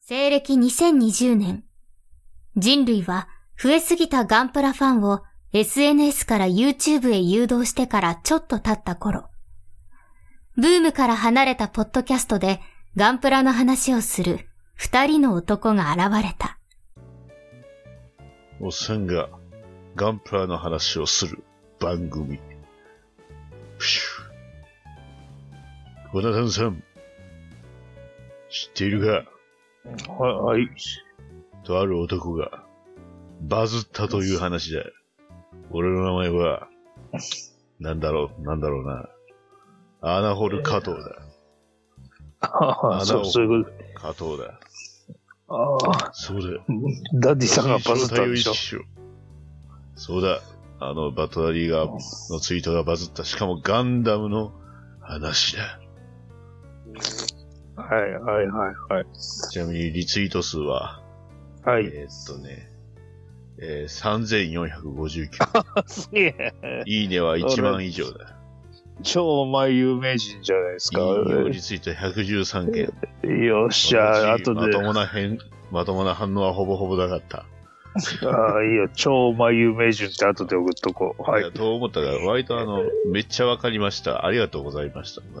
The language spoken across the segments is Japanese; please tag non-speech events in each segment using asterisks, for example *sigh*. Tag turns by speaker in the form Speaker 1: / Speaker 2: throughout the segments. Speaker 1: 西暦2020年、人類は増えすぎたガンプラファンを SNS から YouTube へ誘導してからちょっと経った頃、ブームから離れたポッドキャストでガンプラの話をする二人の男が現れた。
Speaker 2: おっさんがガンプラの話をする番組。プシュ。コナタンさん、知っているか
Speaker 3: はい、はい。
Speaker 2: とある男がバズったという話だ。俺の名前は、なんだろう、なんだろうな。穴掘る加藤だ。
Speaker 3: ああ、そう、そういうこ
Speaker 2: 加藤だ。
Speaker 3: と。ああ、
Speaker 2: そうだ。
Speaker 3: ダディさんがバズったんでし
Speaker 2: 正体を一
Speaker 3: ょ。
Speaker 2: 緒そうだ。あの、バトラリーガーのツイートがバズった。しかもガンダムの話だ。
Speaker 3: はい、はい、はい、
Speaker 2: ちなみにリツイート数は、
Speaker 3: はい。はい。
Speaker 2: えーっとね、えー、3459。
Speaker 3: すげえ。
Speaker 2: いいねは1万以上だ。
Speaker 3: 超前有名人じゃないです
Speaker 2: いい
Speaker 3: か。
Speaker 2: ねをリツイート113件。
Speaker 3: よっしゃ、あ
Speaker 2: 私
Speaker 3: と
Speaker 2: ま
Speaker 3: で
Speaker 2: と。もな変、まともな反応はほぼほぼなかった。
Speaker 3: ああ、いいよ。超前有名人って後で送っとこう。はいい
Speaker 2: や、。と思ったら、割とあの、めっちゃわかりました。ありがとうございました。とかね。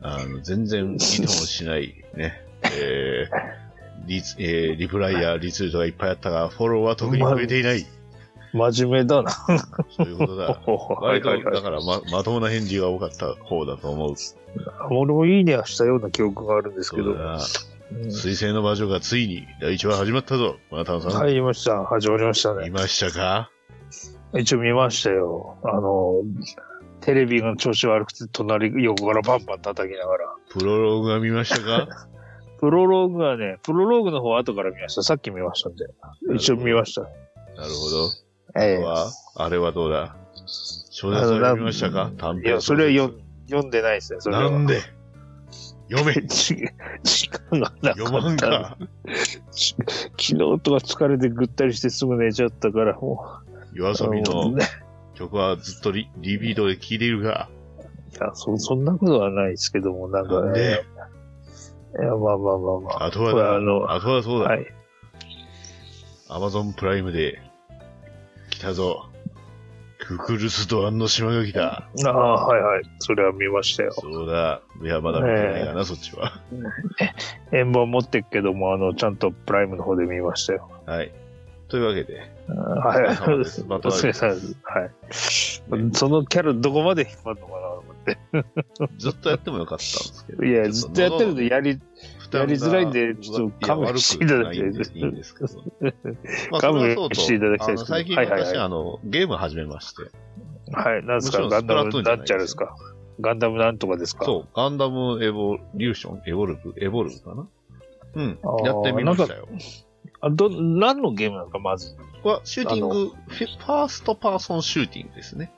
Speaker 2: あの、全然機能しない、ね。えー、 *laughs* リツ、えーリプライやリツイートがいっぱいあったが、フォロワーは特に増えていない。
Speaker 3: 真面目だな。
Speaker 2: そういうことだ。*laughs*
Speaker 3: は
Speaker 2: 割
Speaker 3: い、はい、
Speaker 2: と、だ
Speaker 3: は
Speaker 2: からま、まともな返事が多かった方だと思う。
Speaker 3: い。俺もいいねはしたような記憶があるんです
Speaker 2: そ
Speaker 3: けど。
Speaker 2: うだな。水星の魔女がついに第1話始まったぞ。マナタンさん、
Speaker 3: はい、見ました。始まりました
Speaker 2: 見
Speaker 3: ね。
Speaker 2: ましたか
Speaker 3: 一応見ましたよ。あの、テレビの調子悪くて、隣、横からバンバン叩きながら。
Speaker 2: プロローグは見ましたか
Speaker 3: プロローグはね、プロローグの方は後から見ました。さっき見ましたんで。一応見ました。
Speaker 2: なるほど。あ
Speaker 3: *laughs* え
Speaker 2: れは、あれはどうだ小説は読みましたか短編小説
Speaker 3: え。いや、それはよ読んでないですね。それは
Speaker 2: なんで読
Speaker 3: *laughs*
Speaker 2: め
Speaker 3: 時時間がな
Speaker 2: 読ま
Speaker 3: かっ
Speaker 2: ん
Speaker 3: た。
Speaker 2: か
Speaker 3: し昨日とか疲れてぐったりしてすぐ寝ちゃったから、も
Speaker 2: 夜
Speaker 3: う。
Speaker 2: 遊び
Speaker 3: あ
Speaker 2: の
Speaker 3: ね
Speaker 2: 曲はずっとリリピートで聴いているが、
Speaker 3: いやそ、そんなことはないですけども、なんか、
Speaker 2: なんで、
Speaker 3: いや、まあまあまあまあ。
Speaker 2: あと
Speaker 3: これあ
Speaker 2: は、
Speaker 3: の、
Speaker 2: あとはそうだ、
Speaker 3: はい。
Speaker 2: アマゾンプライムで、来たぞ。ククルスドアンの島が来た。
Speaker 3: ああ、はいはい。それは見ましたよ。
Speaker 2: そうだ。いや、まだ見てないがな、そっちは。
Speaker 3: 円盤持ってっけども、あの、ちゃんとプライムの方で見ましたよ。
Speaker 2: はい。というわけで、
Speaker 3: あーはい。
Speaker 2: お疲れ様ですまた
Speaker 3: お疲れ様ですはい。そのキャラどこまで引っ張るのかなと思って。
Speaker 2: ずっとやってもよかったんですけど。
Speaker 3: いや、ずっとやってると
Speaker 2: で
Speaker 3: やり、やりづらいんでちょっと勘弁していただきたい
Speaker 2: いです。いいんですけど。まあ
Speaker 3: 勘弁
Speaker 2: それはそうと
Speaker 3: していただきたいです
Speaker 2: あの最近
Speaker 3: はいはいはい
Speaker 2: 私、あの、ゲーム始めまして。
Speaker 3: はい、なんですか、
Speaker 2: もち
Speaker 3: ガ
Speaker 2: ろんス
Speaker 3: ンダ
Speaker 2: プラトゥー
Speaker 3: ム
Speaker 2: ンじゃ
Speaker 3: な
Speaker 2: ない
Speaker 3: んちゃらですか。ガンダムなんとかですか。
Speaker 2: そう、ガンダムエボリューションエボルブエボルブかなうん
Speaker 3: あ。ー
Speaker 2: やってみましたよ。
Speaker 3: あど、何のゲームなのか、まず。
Speaker 2: これはシューティング、フィファーストパーソンシューティングですね。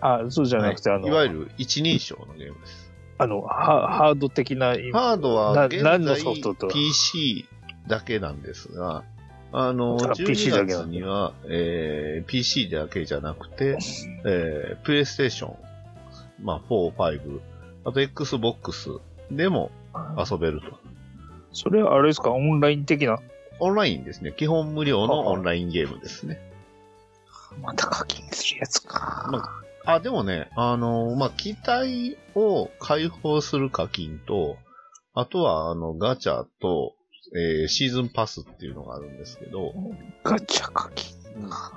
Speaker 3: あ、そうじゃなくて、
Speaker 2: はい
Speaker 3: あの、
Speaker 2: いわゆる一人称のゲームです。
Speaker 3: あの、ハハード的な意味。
Speaker 2: ハードは
Speaker 3: な
Speaker 2: 現
Speaker 3: 何の
Speaker 2: 在
Speaker 3: ソフトと
Speaker 2: PC だけなんですが、あの、
Speaker 3: あ
Speaker 2: 12
Speaker 3: PC だけな
Speaker 2: 月
Speaker 3: んだ
Speaker 2: には、えー PC だけじゃなくて、えー、PlayStation、まあ、4、5、あと Xbox でも遊べると。
Speaker 3: それはあれですか、オンライン的な。
Speaker 2: オンラインですね。基本無料のオンラインゲームですね。
Speaker 3: また課金するやつか。
Speaker 2: まあ、でもね、あの、まあ、機体を開放する課金と、あとは、あの、ガチャと、えーシーズンパスっていうのがあるんですけど、
Speaker 3: ガチャ課金。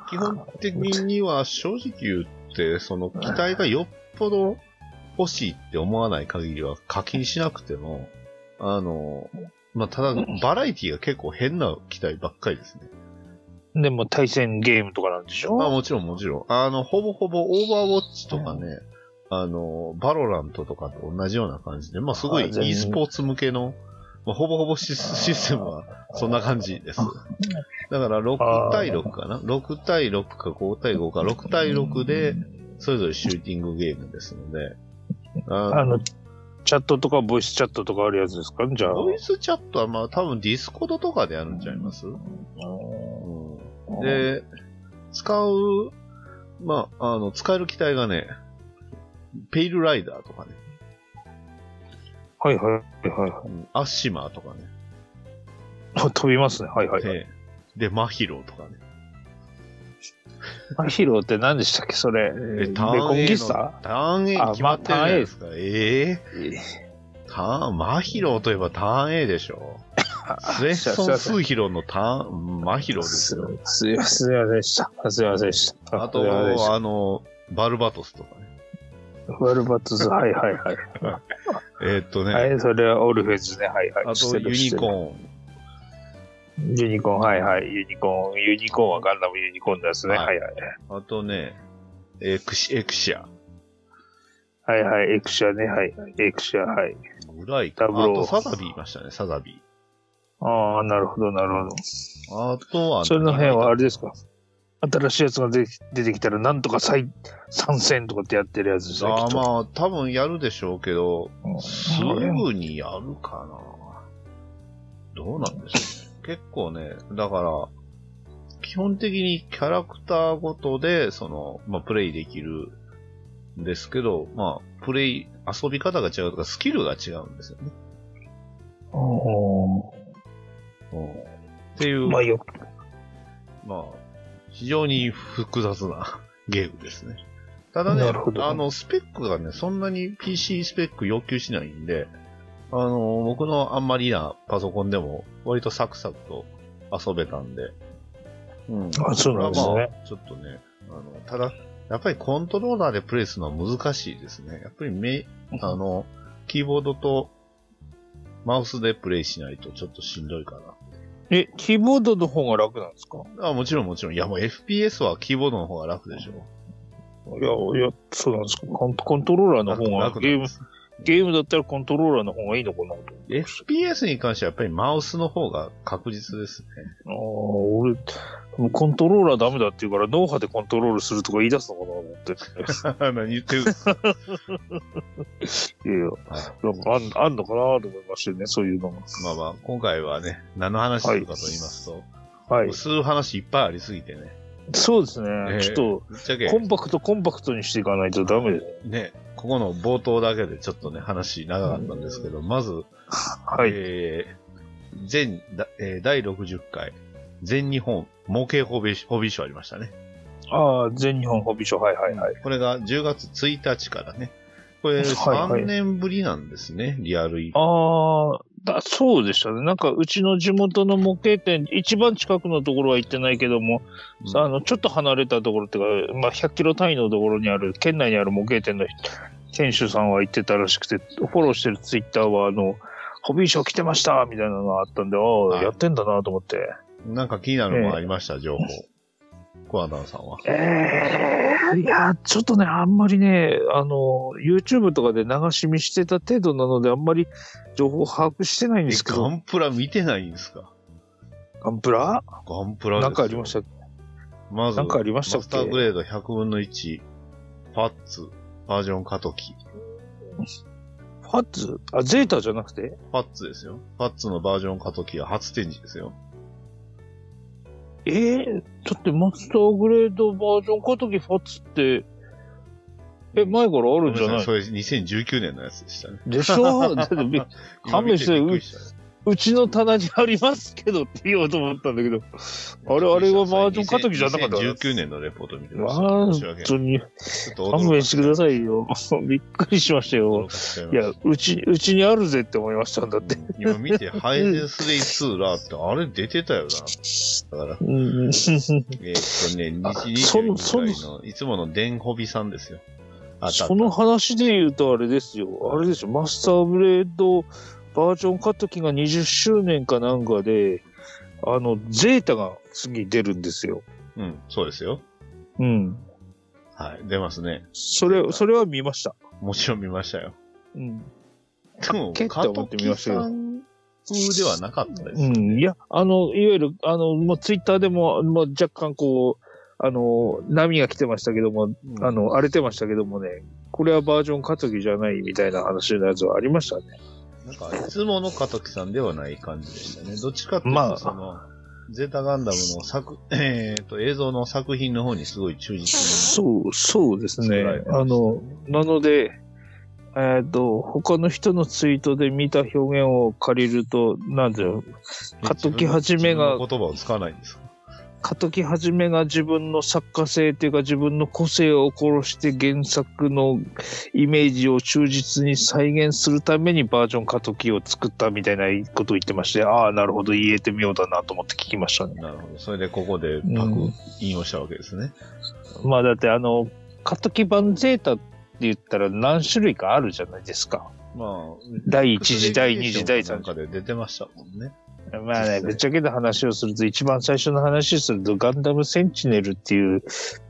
Speaker 2: 基本的には正直言って、その機体がよっぽど欲しいって思わない限りは課金しなくても、あの、まあ、ただ、バラエティが結構変な機体ばっかりですね。
Speaker 3: でも対戦ゲームとかなんでしょ
Speaker 2: まあもちろんもちろん。あの、ほぼほぼオーバーウォッチとかね、あの、バロラントとかと同じような感じで、まあすごい
Speaker 3: あ全然
Speaker 2: e スポーツ向けの、まあ、ほぼほぼシスシステムはそんな感じです。だから6対6かな ?6 対6か5対5か6対6で、それぞれシューティングゲームですので、
Speaker 3: あ
Speaker 2: あの
Speaker 3: の、チャットとかボイスチャットとかあるやつですかじゃあ。
Speaker 2: ボイスチャットはまあ多分ディスコードとかでやるんちゃいます、うんで、使う、まあ、あの、使える機体がね、ペイルライダーとかね、
Speaker 3: はいはいはいはい。
Speaker 2: うんアッシマーとかね、
Speaker 3: 飛びますね。はいはい、はい。
Speaker 2: ええで、マヒロとかね。
Speaker 3: マヒロって何でしたっけそれ。
Speaker 2: え、
Speaker 3: レ
Speaker 2: ター
Speaker 3: コ
Speaker 2: ン
Speaker 3: ン
Speaker 2: A
Speaker 3: ギ
Speaker 2: の
Speaker 3: スタ
Speaker 2: ターン A に決まってるじゃないですか。ええターン、マヒロといえばターン A でし
Speaker 3: *laughs*
Speaker 2: ょ。スエッソンスーヒロのターン、マヒロです
Speaker 3: す
Speaker 2: よ。
Speaker 3: すいませんでした。すいませんでした。
Speaker 2: あ
Speaker 3: すいませんでし
Speaker 2: と、あの、バルバトスとかね。
Speaker 3: たワルバトス、はいはいはい。
Speaker 2: えーっとね、
Speaker 3: はい、それはオルフェズね。はいはい。
Speaker 2: あ
Speaker 3: 知っ
Speaker 2: と
Speaker 3: て
Speaker 2: ユ
Speaker 3: る知
Speaker 2: ニ
Speaker 3: ってる
Speaker 2: コーン。
Speaker 3: ユニコーン、はいはい。ユニコーン、ユニコーンはガンダムユニコーンですね。
Speaker 2: は
Speaker 3: はいいはい。
Speaker 2: あとね、エクシエクシア。
Speaker 3: はいはい、エクシアね。はい。エクシア、はい。
Speaker 2: ぐらいかな。あ
Speaker 3: 00
Speaker 2: とサザビーいましたね、サザビー。
Speaker 3: ああ、なるほど、なるほど。
Speaker 2: あとは、
Speaker 3: それの辺はあれですか新しいやつが出て出てきたら、なんとか再参戦とかってやってるやつですね。
Speaker 2: あ
Speaker 3: きっ
Speaker 2: ー
Speaker 3: と
Speaker 2: まあ、多分やるでしょうけど、
Speaker 3: うん
Speaker 2: すぐにやるかな。どうなんでしょうね。結構ね、だから、基本的にキャラクターごとで、その、まあ、プレイできるんですけど、まあ、プレイ、遊び方が違うとか、スキルが違うんですよね。
Speaker 3: お
Speaker 2: うんってい
Speaker 3: ー
Speaker 2: う、
Speaker 3: まあよ、
Speaker 2: まあ、非常に複雑な *laughs* ゲームですね。ただね、
Speaker 3: なるほど
Speaker 2: あの、スペックがね、そんなに PC スペック要求しないんで、あの、僕のあんまりなパソコンでも、割とサクサクと遊べたんで、うん。
Speaker 3: あそうなんですね
Speaker 2: まあ、ちょっとね、あの、ただ、やっぱりコントローラーでプレイするのは難しいですね。やっぱりめ、あの、キーボードとマウスでプレイしないとちょっとしんどいかな。
Speaker 3: え、キーボードの方が楽なんですか
Speaker 2: あ、もちろんもちろん。いや、もう FPS はキーボードの方が楽でしょ。
Speaker 3: いや、いや、そうなんですか。コンコントローラーの方が、
Speaker 2: 楽楽
Speaker 3: ゲーム、ゲームだったらコントローラーの方がいいのかなと。
Speaker 2: FPS に関してはやっぱりマウスの方が確実ですね。
Speaker 3: ああ、俺、コントローラーダメだって言うから、脳波でコントロールするとか言い出すのかなと思 *laughs* っ
Speaker 2: *laughs*
Speaker 3: て。
Speaker 2: 何言ってるんですか
Speaker 3: いやいや、なんかあんあんのかなと思いましてね、そういうのが。
Speaker 2: *laughs* まあまあ、今回はね、何の話するかと言いますと、
Speaker 3: はい。
Speaker 2: する話いっぱいありすぎてね。
Speaker 3: そうですね。
Speaker 2: ええ
Speaker 3: ちょ
Speaker 2: ぶっちゃ
Speaker 3: っと、
Speaker 2: け、
Speaker 3: コンパクト、コンパクトにしていかないとダメです。
Speaker 2: ね、ここの冒頭だけでちょっとね、話長かったんですけど、まず、
Speaker 3: はい。
Speaker 2: えー、全、だえー第60回、全日本模型ホビーホビー賞ありましたね。
Speaker 3: ああ、全日本ホビー賞、はいはいはい。
Speaker 2: これが10月1日からね。これ
Speaker 3: はいはい
Speaker 2: 3年ぶりなんですね、リアルイ
Speaker 3: ああ、だ、そうでしたね。なんか、うちの地元の模型店、一番近くのところは行ってないけども、
Speaker 2: うん
Speaker 3: あの、ちょっと離れたところっていうか、まあ、100キロ単位のところにある、県内にある模型店の店主さんは行ってたらしくて、フォローしてるツイッターは、あの、ホビー賞来てましたみたいなのがあったんで、あ
Speaker 2: はい
Speaker 3: あ、やってんだなと思って。
Speaker 2: なんか気になるものありました、情報。コアダンさんは。
Speaker 3: ええいや、ちょっとね、あんまりね、あの、YouTube とかで流し見してた程度なので、あんまり情報把握してないん
Speaker 2: え
Speaker 3: ですけ
Speaker 2: ガ
Speaker 3: ど、
Speaker 2: ンプラ見てないんですか
Speaker 3: ガンプラ
Speaker 2: ガンプラですよ
Speaker 3: なんかありましたっけ
Speaker 2: まず、
Speaker 3: なんかありましたっ
Speaker 2: マ
Speaker 3: け
Speaker 2: スターグレード100分の1、パッツ、バージョン過渡期。
Speaker 3: ファッツあ、ゼータじゃなくて
Speaker 2: パッツですよ。パッツのバージョン過渡期は初展示ですよ。
Speaker 3: ええだってマスターグレードバージョン過渡期ファッツって、え、前からあ
Speaker 2: ご
Speaker 3: る
Speaker 2: め
Speaker 3: ん
Speaker 2: ん
Speaker 3: じゃ
Speaker 2: な
Speaker 3: ない
Speaker 2: さいそれ2019年のやつでしたね。
Speaker 3: でし *laughs* ょだってび
Speaker 2: 今
Speaker 3: 勘
Speaker 2: 見
Speaker 3: 弁
Speaker 2: て
Speaker 3: して
Speaker 2: びっ
Speaker 3: よ
Speaker 2: くりしたね
Speaker 3: うちの棚にありますけどって言おうと思ったんだけど、あれ、あれはバージョン過渡期じゃなかったから
Speaker 2: 2019年のレポート見てました。
Speaker 3: 本
Speaker 2: 申し訳ない
Speaker 3: 当に
Speaker 2: ちょっと驚か
Speaker 3: 勘弁してくださいよ。 *laughs* びっくりしました
Speaker 2: 驚。
Speaker 3: よ
Speaker 2: かしちゃいまし
Speaker 3: い
Speaker 2: た
Speaker 3: や、うち、うちにあるぜって思いましたんだって。
Speaker 2: 今見て、ハイゼンスレイ2ラーって、あれ出てたよな。だから、
Speaker 3: うん、
Speaker 2: えーっとね、
Speaker 3: あ
Speaker 2: 日
Speaker 3: その
Speaker 2: 22回の、いつものデンホビさんですよ。あ
Speaker 3: その
Speaker 2: た
Speaker 3: 話で言うとあれですよ。あれですよ。マスターグレードバージョンカット機が20周年かなんかで、あの、ゼータが次出るんですよ。
Speaker 2: うん、そうですよ。
Speaker 3: うん。
Speaker 2: はい、出ますね。
Speaker 3: それ、それは見ました。
Speaker 2: もちろん見ましたよ。
Speaker 3: うん。
Speaker 2: でも、
Speaker 3: けって
Speaker 2: 加
Speaker 3: 思
Speaker 2: 藤
Speaker 3: って見ましたよ
Speaker 2: さん風ではなかったです
Speaker 3: う
Speaker 2: ね。
Speaker 3: ん。いや、あの、いわゆる、あの、もうツイッターでも、もう若干こう、あの、波が来てましたけども、
Speaker 2: うん
Speaker 3: あの、荒れてましたけどもね、これはバージョン担ぎじゃないみたいな話のやつはありましたね。
Speaker 2: なんか、いつもの加藤さんではない感じでしたね。どっちかっていう
Speaker 3: ま
Speaker 2: と、
Speaker 3: あ
Speaker 2: その、ゼータガンダムの作、えーっと、映像の作品の方にすごい忠実に
Speaker 3: そう、そうです
Speaker 2: 作
Speaker 3: ね
Speaker 2: られて。ました
Speaker 3: あ
Speaker 2: ね
Speaker 3: の、なので、えっ、と、他の人のツイートで見た表現を借りると、なんだよ。過渡期始めが
Speaker 2: 自分の言葉をつかないんですか
Speaker 3: 過渡期始めが自分の作家性というか自分の個性を殺して原作のイメージを忠実に再現するためにバージョン過渡期を作ったみたいなことを言ってまして、ああ、なるほど、言えてみようだなと思って聞きましたね。
Speaker 2: なるほど。それでここでパ
Speaker 3: う
Speaker 2: ク
Speaker 3: ん
Speaker 2: 引用したわけですね。
Speaker 3: まあだってあの、過渡期版ゼータって言ったら何種類かあるじゃないですか。
Speaker 2: まあ、
Speaker 3: 第1次、第2次、第3
Speaker 2: なん
Speaker 3: 次
Speaker 2: か。で出てましたもんね。
Speaker 3: まあね、ぶっちゃけた話をすると、一番最初の話をすると、ガンダムセンチネルっていう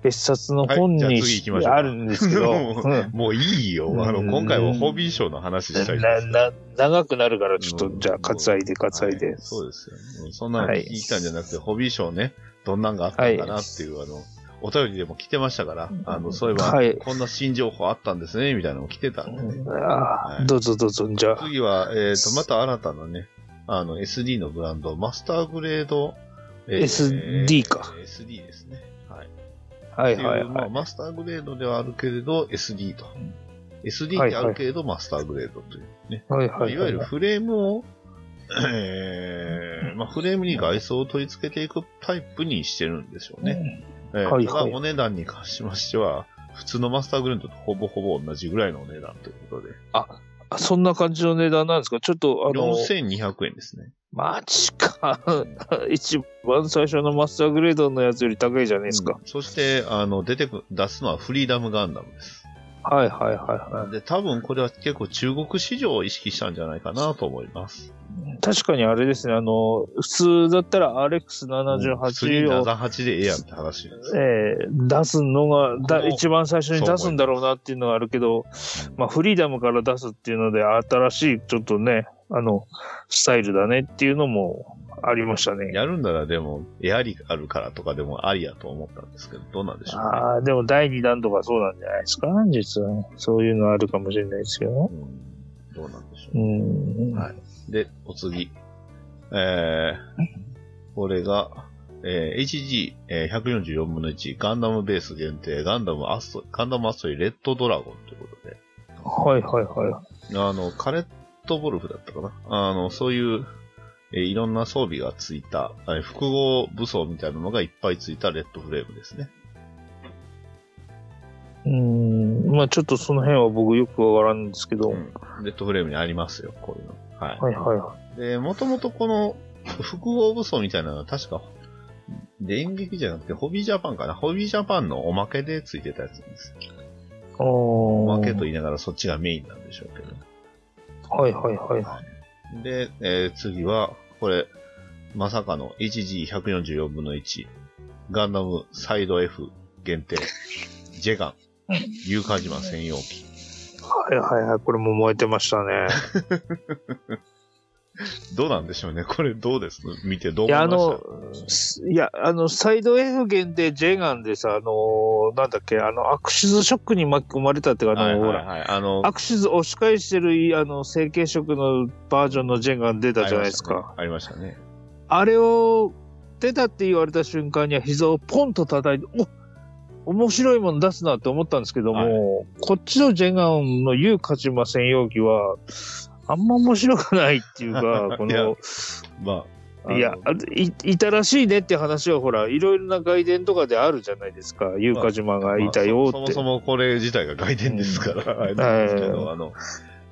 Speaker 3: 別冊の本に、
Speaker 2: はいじゃあ次行きましょうか
Speaker 3: あるんです
Speaker 2: *laughs*
Speaker 3: けど、うん
Speaker 2: もういいよ。あの、
Speaker 3: うん
Speaker 2: 今回はホビーショーの話したいです。
Speaker 3: なな長くなるから、ちょっと、
Speaker 2: うん
Speaker 3: じゃあ、割愛で、割愛で。
Speaker 2: はいそうですよ。うんそんなの
Speaker 3: はい
Speaker 2: 聞いたんじゃなくて、ホビーショーね、どんなんがあったのかなっていう、あの、お便りでも来てましたから、あの、そういえば、
Speaker 3: はい
Speaker 2: こんな新情報あったんですね、みたいなのも来てたんでね。
Speaker 3: あ
Speaker 2: は
Speaker 3: あ
Speaker 2: い
Speaker 3: どうぞどうぞ、じゃあ、
Speaker 2: 次は、えっ、と、また新たなね、あの、SD のブランド、マスターグレード、えー
Speaker 3: SD か。
Speaker 2: SD ですね。はい。
Speaker 3: はい
Speaker 2: っていう
Speaker 3: はい
Speaker 2: ま
Speaker 3: は
Speaker 2: あ、
Speaker 3: い。
Speaker 2: マスターグレードではあるけれど、SD と。SD
Speaker 3: は
Speaker 2: っ
Speaker 3: い
Speaker 2: て
Speaker 3: はい
Speaker 2: あるけれど、マスターグレードというね。
Speaker 3: はい
Speaker 2: まあ
Speaker 3: はい
Speaker 2: いわ
Speaker 3: はい
Speaker 2: ゆるフレームを、えーまあ、フレームに外装を取り付けていくタイプにしてるんでしょうね。えー
Speaker 3: はい
Speaker 2: た
Speaker 3: は
Speaker 2: だ
Speaker 3: い
Speaker 2: お値段に関しましては、普通のマスターグレードとほぼほぼ同じぐらいのお値段ということで、
Speaker 3: あそんな感じの値段なんですかちょっと、あの、
Speaker 2: 4200円ですね。
Speaker 3: マジか。 *laughs* 一番最初のマスターグレードのやつより高いじゃないですか。
Speaker 2: うんそして、あの、出てく、出すのはフリーダムガンダムです。
Speaker 3: はいはいはいはい。
Speaker 2: で、多分これは結構中国市場を意識したんじゃないかなと思います。
Speaker 3: 確かにあれですね、あの、普通だったら
Speaker 2: うん
Speaker 3: RX78 を、
Speaker 2: 378でええやんって話なんです。
Speaker 3: えー出すのが
Speaker 2: こ
Speaker 3: だ、
Speaker 2: の
Speaker 3: 一番最初に出すんだろうなっていうのがあるけど、まあ、フリーダムから出すっていうので、新しいちょっとね、あの、スタイルだねっていうのもありましたね。
Speaker 2: やるんならでも、エアリあるからとかでもありやと思ったんですけど、どうなんでしょうね。
Speaker 3: ああ、でも第2弾とかそうなんじゃないですか、実は。そういうのあるかもしれないですけど。
Speaker 2: うん、どうなんでしょう
Speaker 3: う
Speaker 2: ね。
Speaker 3: ん。
Speaker 2: はいで、お次。えー、これが、えー、HG144 分の1、ガンダムベース限定、ガンダムアスト、ガンダムアストリーレッドドラゴンということで、
Speaker 3: はいはいは
Speaker 2: あの、カレットボルフだったかな。あの、そういう、えーいろんな装備がついた、えー複合武装みたいなのがいっぱいついたレッドフレームですね。
Speaker 3: い。うん。まあちょっとその辺は僕よくわからんですけど。
Speaker 2: うんレッドフレームにありますよ、こういうの。はい。
Speaker 3: はいはいは
Speaker 2: で、もともとこの複合武装みたいなのは確か、電撃じゃなくて、ホビージャパンかな。ホビージャパンのおまけでついてたやつなんです。
Speaker 3: い。
Speaker 2: お
Speaker 3: お
Speaker 2: まけと言いながらそっちがメインなんでしょうけど。
Speaker 3: はいはいはいはい。
Speaker 2: で、えー次は、これ、まさかの HG144 分の1、ガンダムサイド F 限定、ジェガン、ユーカ島専用機。
Speaker 3: はいはいはい。これも燃えてま
Speaker 2: *laughs*
Speaker 3: したね。
Speaker 2: どうなんでしょうねこれどうです見てどう思い
Speaker 3: いや、あ
Speaker 2: ました
Speaker 3: の、すいや、あの、サイド F 限でジェガンでさ、あのーなんだっけ、あの、アクシズショックに巻き込まれたっていうか、あの、
Speaker 2: はい
Speaker 3: ほ
Speaker 2: はいは
Speaker 3: ら、
Speaker 2: い。あの、
Speaker 3: アクシズ押し返してる、あの、成形色のバージョンのジェガン出たじゃないですか。
Speaker 2: ありましたね。ありましたね、
Speaker 3: あれを出たって言われた瞬間には膝をポンと叩いて、お面白いもの出すなって思ったんですけども、こっちのジェガンの U 勝ちま専用機は、あんま面白くないっていうかこ
Speaker 2: いや
Speaker 3: の、
Speaker 2: まあ、
Speaker 3: いや、あい、いたらしいねって話はほら、いろいろな外伝とかであるじゃないですか。ゆうか島がいたよ
Speaker 2: まあ
Speaker 3: っ
Speaker 2: そ
Speaker 3: て。
Speaker 2: そもそもこれ自体が外伝ですから、あれなんですけど、あの、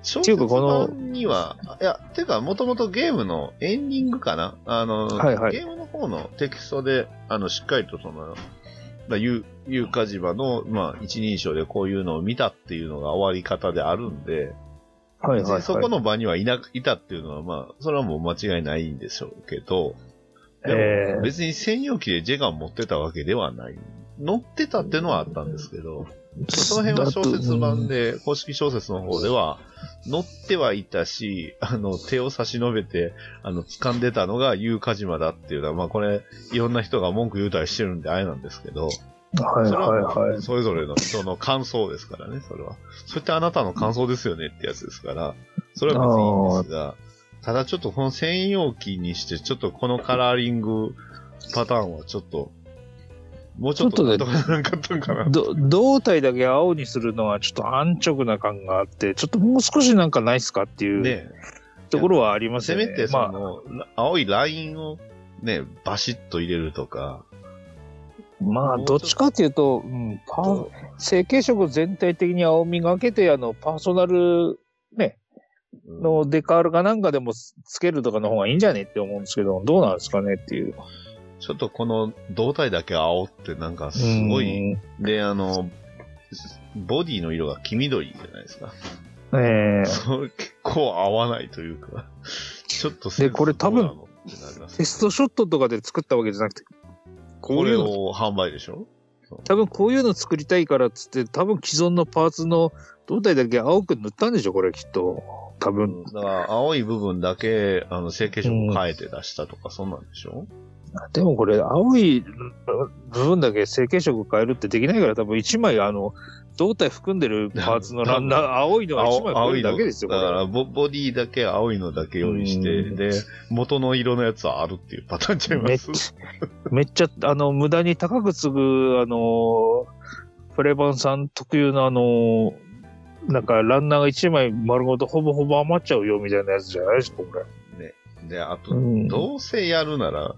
Speaker 2: 小説
Speaker 3: ていうかこの
Speaker 2: 版には、いや、てか、もともとゲームのエンディングかなあの、
Speaker 3: はいはい
Speaker 2: ゲームの方のテキストで、あの、しっかりとその、まあ、ゆゆうかじまの、まあ、一人称でこういうのを見たっていうのが終わり方であるんで、
Speaker 3: はいはい、はい。
Speaker 2: 別にそこの場にはいなく、いたっていうのは、まあ、それはもう間違いないんでしょうけど、でも
Speaker 3: えー
Speaker 2: 別に専用機でジェガン持ってたわけではない。乗ってたってのはあったんですけど、その辺は小説版で、公式小説の方では、乗ってはいたし、あの、手を差し伸べて、あの、掴んでたのが、ユうカジマだっていうのは、まあこれ、いろんな人が文句言うたりしてるんで、あれなんですけど、
Speaker 3: はい
Speaker 2: それ
Speaker 3: はい
Speaker 2: は
Speaker 3: は
Speaker 2: もうそれぞれの人の感想ですからね、それは。それってあなたの感想ですよねってやつですから、それは別にいいんですが、ただちょっとこの専用機にして、ちょっとこのカラーリングパターンはちょっと、もうちょっと
Speaker 3: ちょ
Speaker 2: な
Speaker 3: っ
Speaker 2: ん
Speaker 3: と
Speaker 2: と
Speaker 3: ね
Speaker 2: かならんかったんか *laughs* な。
Speaker 3: ど胴体だけ青にするのはちょっと安直な感があってちょっともう少しなんかないっすかっていう、
Speaker 2: ね
Speaker 3: ところはあり
Speaker 2: え
Speaker 3: ます
Speaker 2: せ
Speaker 3: よね。
Speaker 2: めてそ
Speaker 3: まあ、
Speaker 2: の、青いラインをね、バシッと入れるとか、
Speaker 3: まあ、どっちかっていうと、うん、パー成型色全体的に青みがけて、あの、パーソナル、ね、
Speaker 2: うん
Speaker 3: のデカールかなんかでもつつけるとかの方がいいんじゃねって思うんですけど、どうなんですかねっていう。
Speaker 2: ちょっとこの胴体だけ青ってなんかすごい、
Speaker 3: うん。
Speaker 2: で、あの、ボディの色が黄緑じゃないですか。
Speaker 3: *laughs* ええ
Speaker 2: そう結構合わないというか、ちょっとセンス
Speaker 3: でこれ多分
Speaker 2: どうなのってなります
Speaker 3: テストショットとかで作ったわけじゃなくて、こ
Speaker 2: こ
Speaker 3: うい
Speaker 2: れ
Speaker 3: うの、
Speaker 2: を販売でしょ
Speaker 3: 多分こういうの作りたいからっつって、多分既存のパーツの胴体だけ青く塗ったんでしょ、これきっと。多分。
Speaker 2: だから、青い部分だけ、あの、成形色を変えて出したとか、そんなんでしょ
Speaker 3: でもこれ青い部分だけ成形色を変えるってできないから多分1枚あの胴体含んでるパーツのランナ *laughs* ー青いのが1枚
Speaker 2: 青
Speaker 3: こ
Speaker 2: い
Speaker 3: れ
Speaker 2: の
Speaker 3: だけですよこ
Speaker 2: だから
Speaker 3: れ
Speaker 2: ボ、ボディだけ青いのだけ用意して、
Speaker 3: うん
Speaker 2: で、元の色のやつはあるっていうパターンちゃいま
Speaker 3: めっ
Speaker 2: す
Speaker 3: ちゃめっちゃあの無駄に高く継ぐあのプレバンさん特有のあのなんかランナーが1枚丸ごとほぼほぼ余っちゃうよみたいなやつじゃないですかこれ。
Speaker 2: で、あと、
Speaker 3: うん
Speaker 2: どうせやるなら、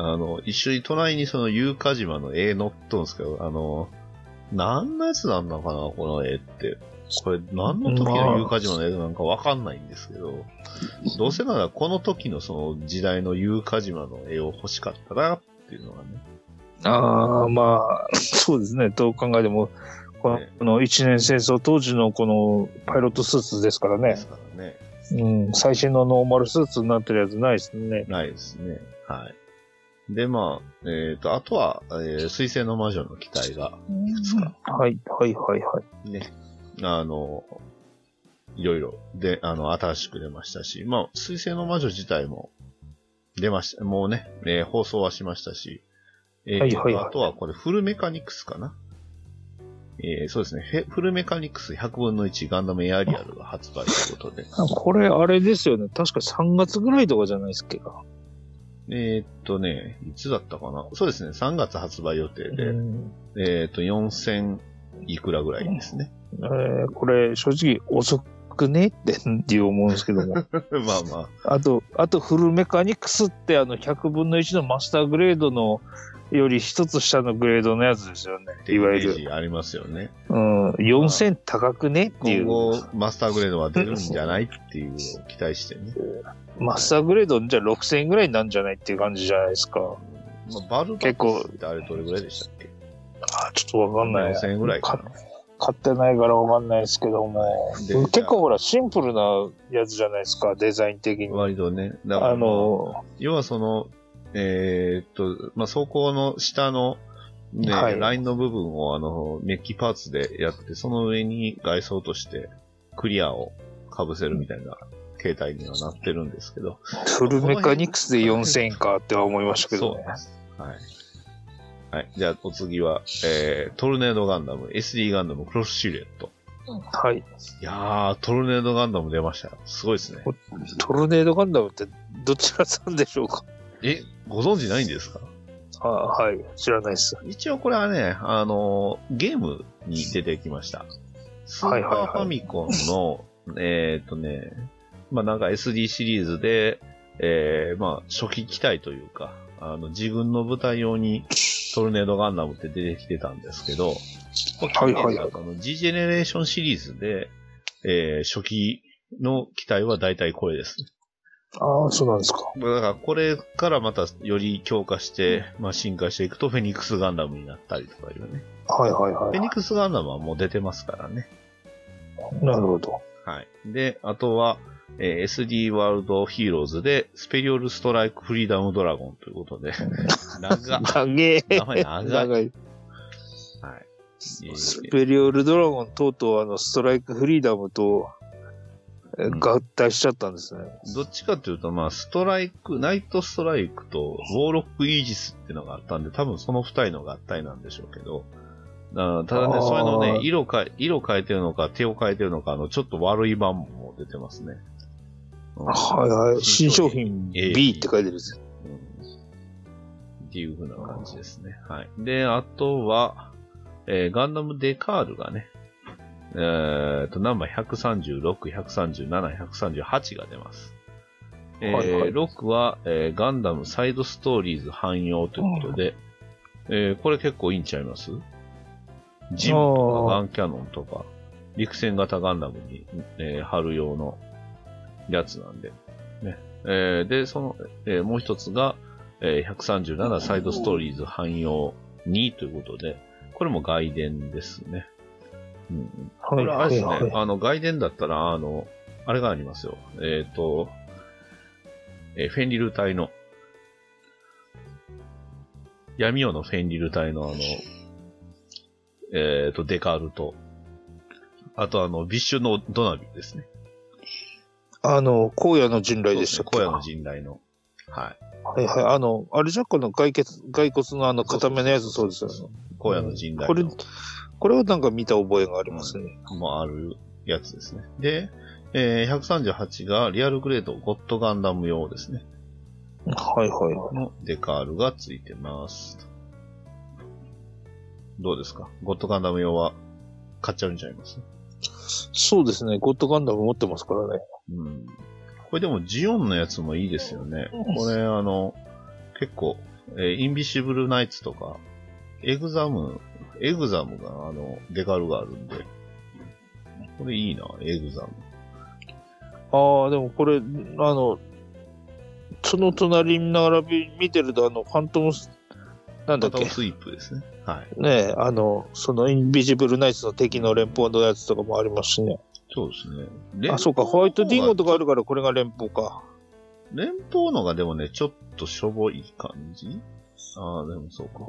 Speaker 2: あの、一緒に隣にその、ゆうか島の絵乗っとんですけど、あの、何のやつなんだかな、この絵って。これ、何の時のゆうか島の絵なんかわかんないんですけど、どうせならこの時のその時代のゆうか島の絵を欲しかったな、っていうのがね。
Speaker 3: ああ、まあ、そうですね。どう考えても、こ
Speaker 2: ね
Speaker 3: の一年戦争当時のこのパイロットスーツですから
Speaker 2: で
Speaker 3: ね
Speaker 2: す。からね。
Speaker 3: うん、最新のノーマルスーツになってるやつないですね。
Speaker 2: ないですね。はい。で、まあ、えっ、と、あとは、えー、水星の魔女の機体が、いくつか、
Speaker 3: はい、はい、はい、はい。
Speaker 2: ね、あの、いろいろ、で、あの、新しく出ましたし、まあ、水星の魔女自体も出ました、もうね、えー放送はしましたし、えー
Speaker 3: はいはいはい
Speaker 2: あとはこれ、フルメカニクスかな。えーそうですね、へフルメカニクス100分の1ガンダムエアリアルが発売ということで、
Speaker 3: これ、あれですよね。確か3月ぐらいとかじゃないですっけど。
Speaker 2: えーっとね、いつだったかな。そうですね、3月発売予定で、
Speaker 3: うん
Speaker 2: えっ、と、4000いくらぐらいです
Speaker 3: *laughs*
Speaker 2: ね。
Speaker 3: えーこれ、正直遅くねってって思うんですけども。
Speaker 2: まあまあ。
Speaker 3: あと、あとフルメカニクスってあの100分の1のマスターグレードのより一つ下のグレードのやつですよね。いわゆ
Speaker 2: イメー
Speaker 3: る。
Speaker 2: ジありますよね。
Speaker 3: うん、4000高くねってい
Speaker 2: 今
Speaker 3: う。
Speaker 2: 後、マスターグレードは出るんじゃないっていうのを期待してね。
Speaker 3: マスターグレードじゃあ6000円ぐらいなんじゃないっていう感じじゃないですか。
Speaker 2: まあ、バルバックスってあれどれぐらいでしたっけ
Speaker 3: あちょっとわかんない。
Speaker 2: 4000円ぐらいか
Speaker 3: か買ってないからわかんないですけども。
Speaker 2: な。で
Speaker 3: 結構、ほら、シンプルなやつじゃないですか、デザイン的に。
Speaker 2: 割とね。だから
Speaker 3: あの、
Speaker 2: 要はその、えーっと、まあ、走行の下の、ね、
Speaker 3: はい
Speaker 2: ラインの部分をあの、メッキパーツでやって、その上に外装としてクリアを被せるみたいな形態にはなってるんですけど、
Speaker 3: フルメカニクスで4000円かっては思いましたけどね。
Speaker 2: そうはい。はい。じゃあ、お次は、えー、トルネードガンダム、SD ガンダム、クロスシルエット。
Speaker 3: はい。
Speaker 2: いやー、トルネードガンダム出ましたよ。すごいですね。
Speaker 3: トルネードガンダムってどちらさんでしょうか
Speaker 2: え、ご存知ないんですか
Speaker 3: あはい。知らないです。
Speaker 2: 一応これはね、あのーゲームに出てきました。スー
Speaker 3: はいはいは
Speaker 2: パ
Speaker 3: い
Speaker 2: ーファミコンの、えーっとね、まあなんか SD シリーズで、えー、まあ初期機体というか、あの、自軍の部隊用にトルネードガンダムって出てきてたんですけど、
Speaker 3: はいはいはい。
Speaker 2: あの G ジェネレーションシリーズで、えー初期の機体は大体これですね。
Speaker 3: ああ、そうなんですか。
Speaker 2: だからこれからまたより強化して、まあ進化していくとフェニックスガンダムになったりとかいうね。
Speaker 3: はいはい
Speaker 2: フェ
Speaker 3: は
Speaker 2: ニックスガンダムはもう出てますからね。
Speaker 3: い。なるほど。
Speaker 2: はい。で、あとは、えー SD ワールドヒーローズで、スペリオルストライクフリーダムドラゴンということで、 *laughs* 長っ
Speaker 3: 長え。
Speaker 2: *laughs* 名前長い。はい。
Speaker 3: い。スペリオルドラゴンとうとうあのストライクフリーダムとえ
Speaker 2: うん
Speaker 3: 合体しちゃったんですね。
Speaker 2: どっちかっていうと、まあ、ストライク、ナイトストライクと、ウォーロックイージスっていうのがあったんで、多分その二人の合体なんでしょうけど、あーただね
Speaker 3: あ、ー
Speaker 2: それのね、色か、色変えてるのか、手を変えてるのか、あの、ちょっと悪い版も出てますね。うん
Speaker 3: はいはい。新商。品
Speaker 2: A
Speaker 3: B って書いてるんです。
Speaker 2: うんっていう風な感じですね。はい。で、あとは、えーガンダムデカールがね、えーと、ナンバー136、137、138が出ます。えー
Speaker 3: はいはい
Speaker 2: 6は、えーガンダムサイドストーリーズ汎用ということで、えーこれ結構いいんちゃいますジムとかガンキャノンとか、陸戦型ガンダムに、えー貼る用のやつなんで。ねえーで、その、えーもう一つが、えー137サイドストーリーズ汎用2ということで、これも外伝ですね。うん、こ
Speaker 3: こ
Speaker 2: れあれですね、あの、外伝だったら、あの、あれがありますよ。えっ、と、えーフェンリル隊の、闇夜のフェンリル隊のあの、えっ、と、デカールと、あとあの、ビッシュのドナビですね。
Speaker 3: あの、荒野の陣
Speaker 2: そう
Speaker 3: 雷で
Speaker 2: です
Speaker 3: した
Speaker 2: ね
Speaker 3: っけ
Speaker 2: 荒野の陣雷の。はい。
Speaker 3: はいはい。あの、あれじゃこの骸骨、骸骨のあの固めのやつそうですよね。
Speaker 2: 荒野の陣
Speaker 3: こ
Speaker 2: 雷
Speaker 3: れ
Speaker 2: の、、
Speaker 3: これはなんか見た覚えがありますね。
Speaker 2: もあるやつですね。で、えー138がリアルグレードゴッドガンダム用ですね。
Speaker 3: はいはい。
Speaker 2: のデカールがついてます。どうですかゴッドガンダム用は買っちゃうんちゃいます
Speaker 3: そうですね。ゴッドガンダム持ってますからね。
Speaker 2: うん。これでもジオンのやつもいいですよね。これあの、結構、えーインビシブルナイツとか、エグザム、エグザムがあの、デカールがあるんで、これいいな、エグザム。
Speaker 3: ああ、でもこれ、あの、その隣に並び見てると、あの、ファントムス、なんだ
Speaker 2: タ
Speaker 3: っ
Speaker 2: タオ
Speaker 3: け
Speaker 2: スイープですね。はい。
Speaker 3: ねえ、あの、そのインビジブルナイツの敵の連邦のやつとかもありますしね。
Speaker 2: そうですね。連
Speaker 3: あ、そうか、ホワイトディンゴと
Speaker 2: か。
Speaker 3: かあるから、これが連邦か。
Speaker 2: 連邦のがでもね、ちょっとしょぼい感じああ、でもそうか。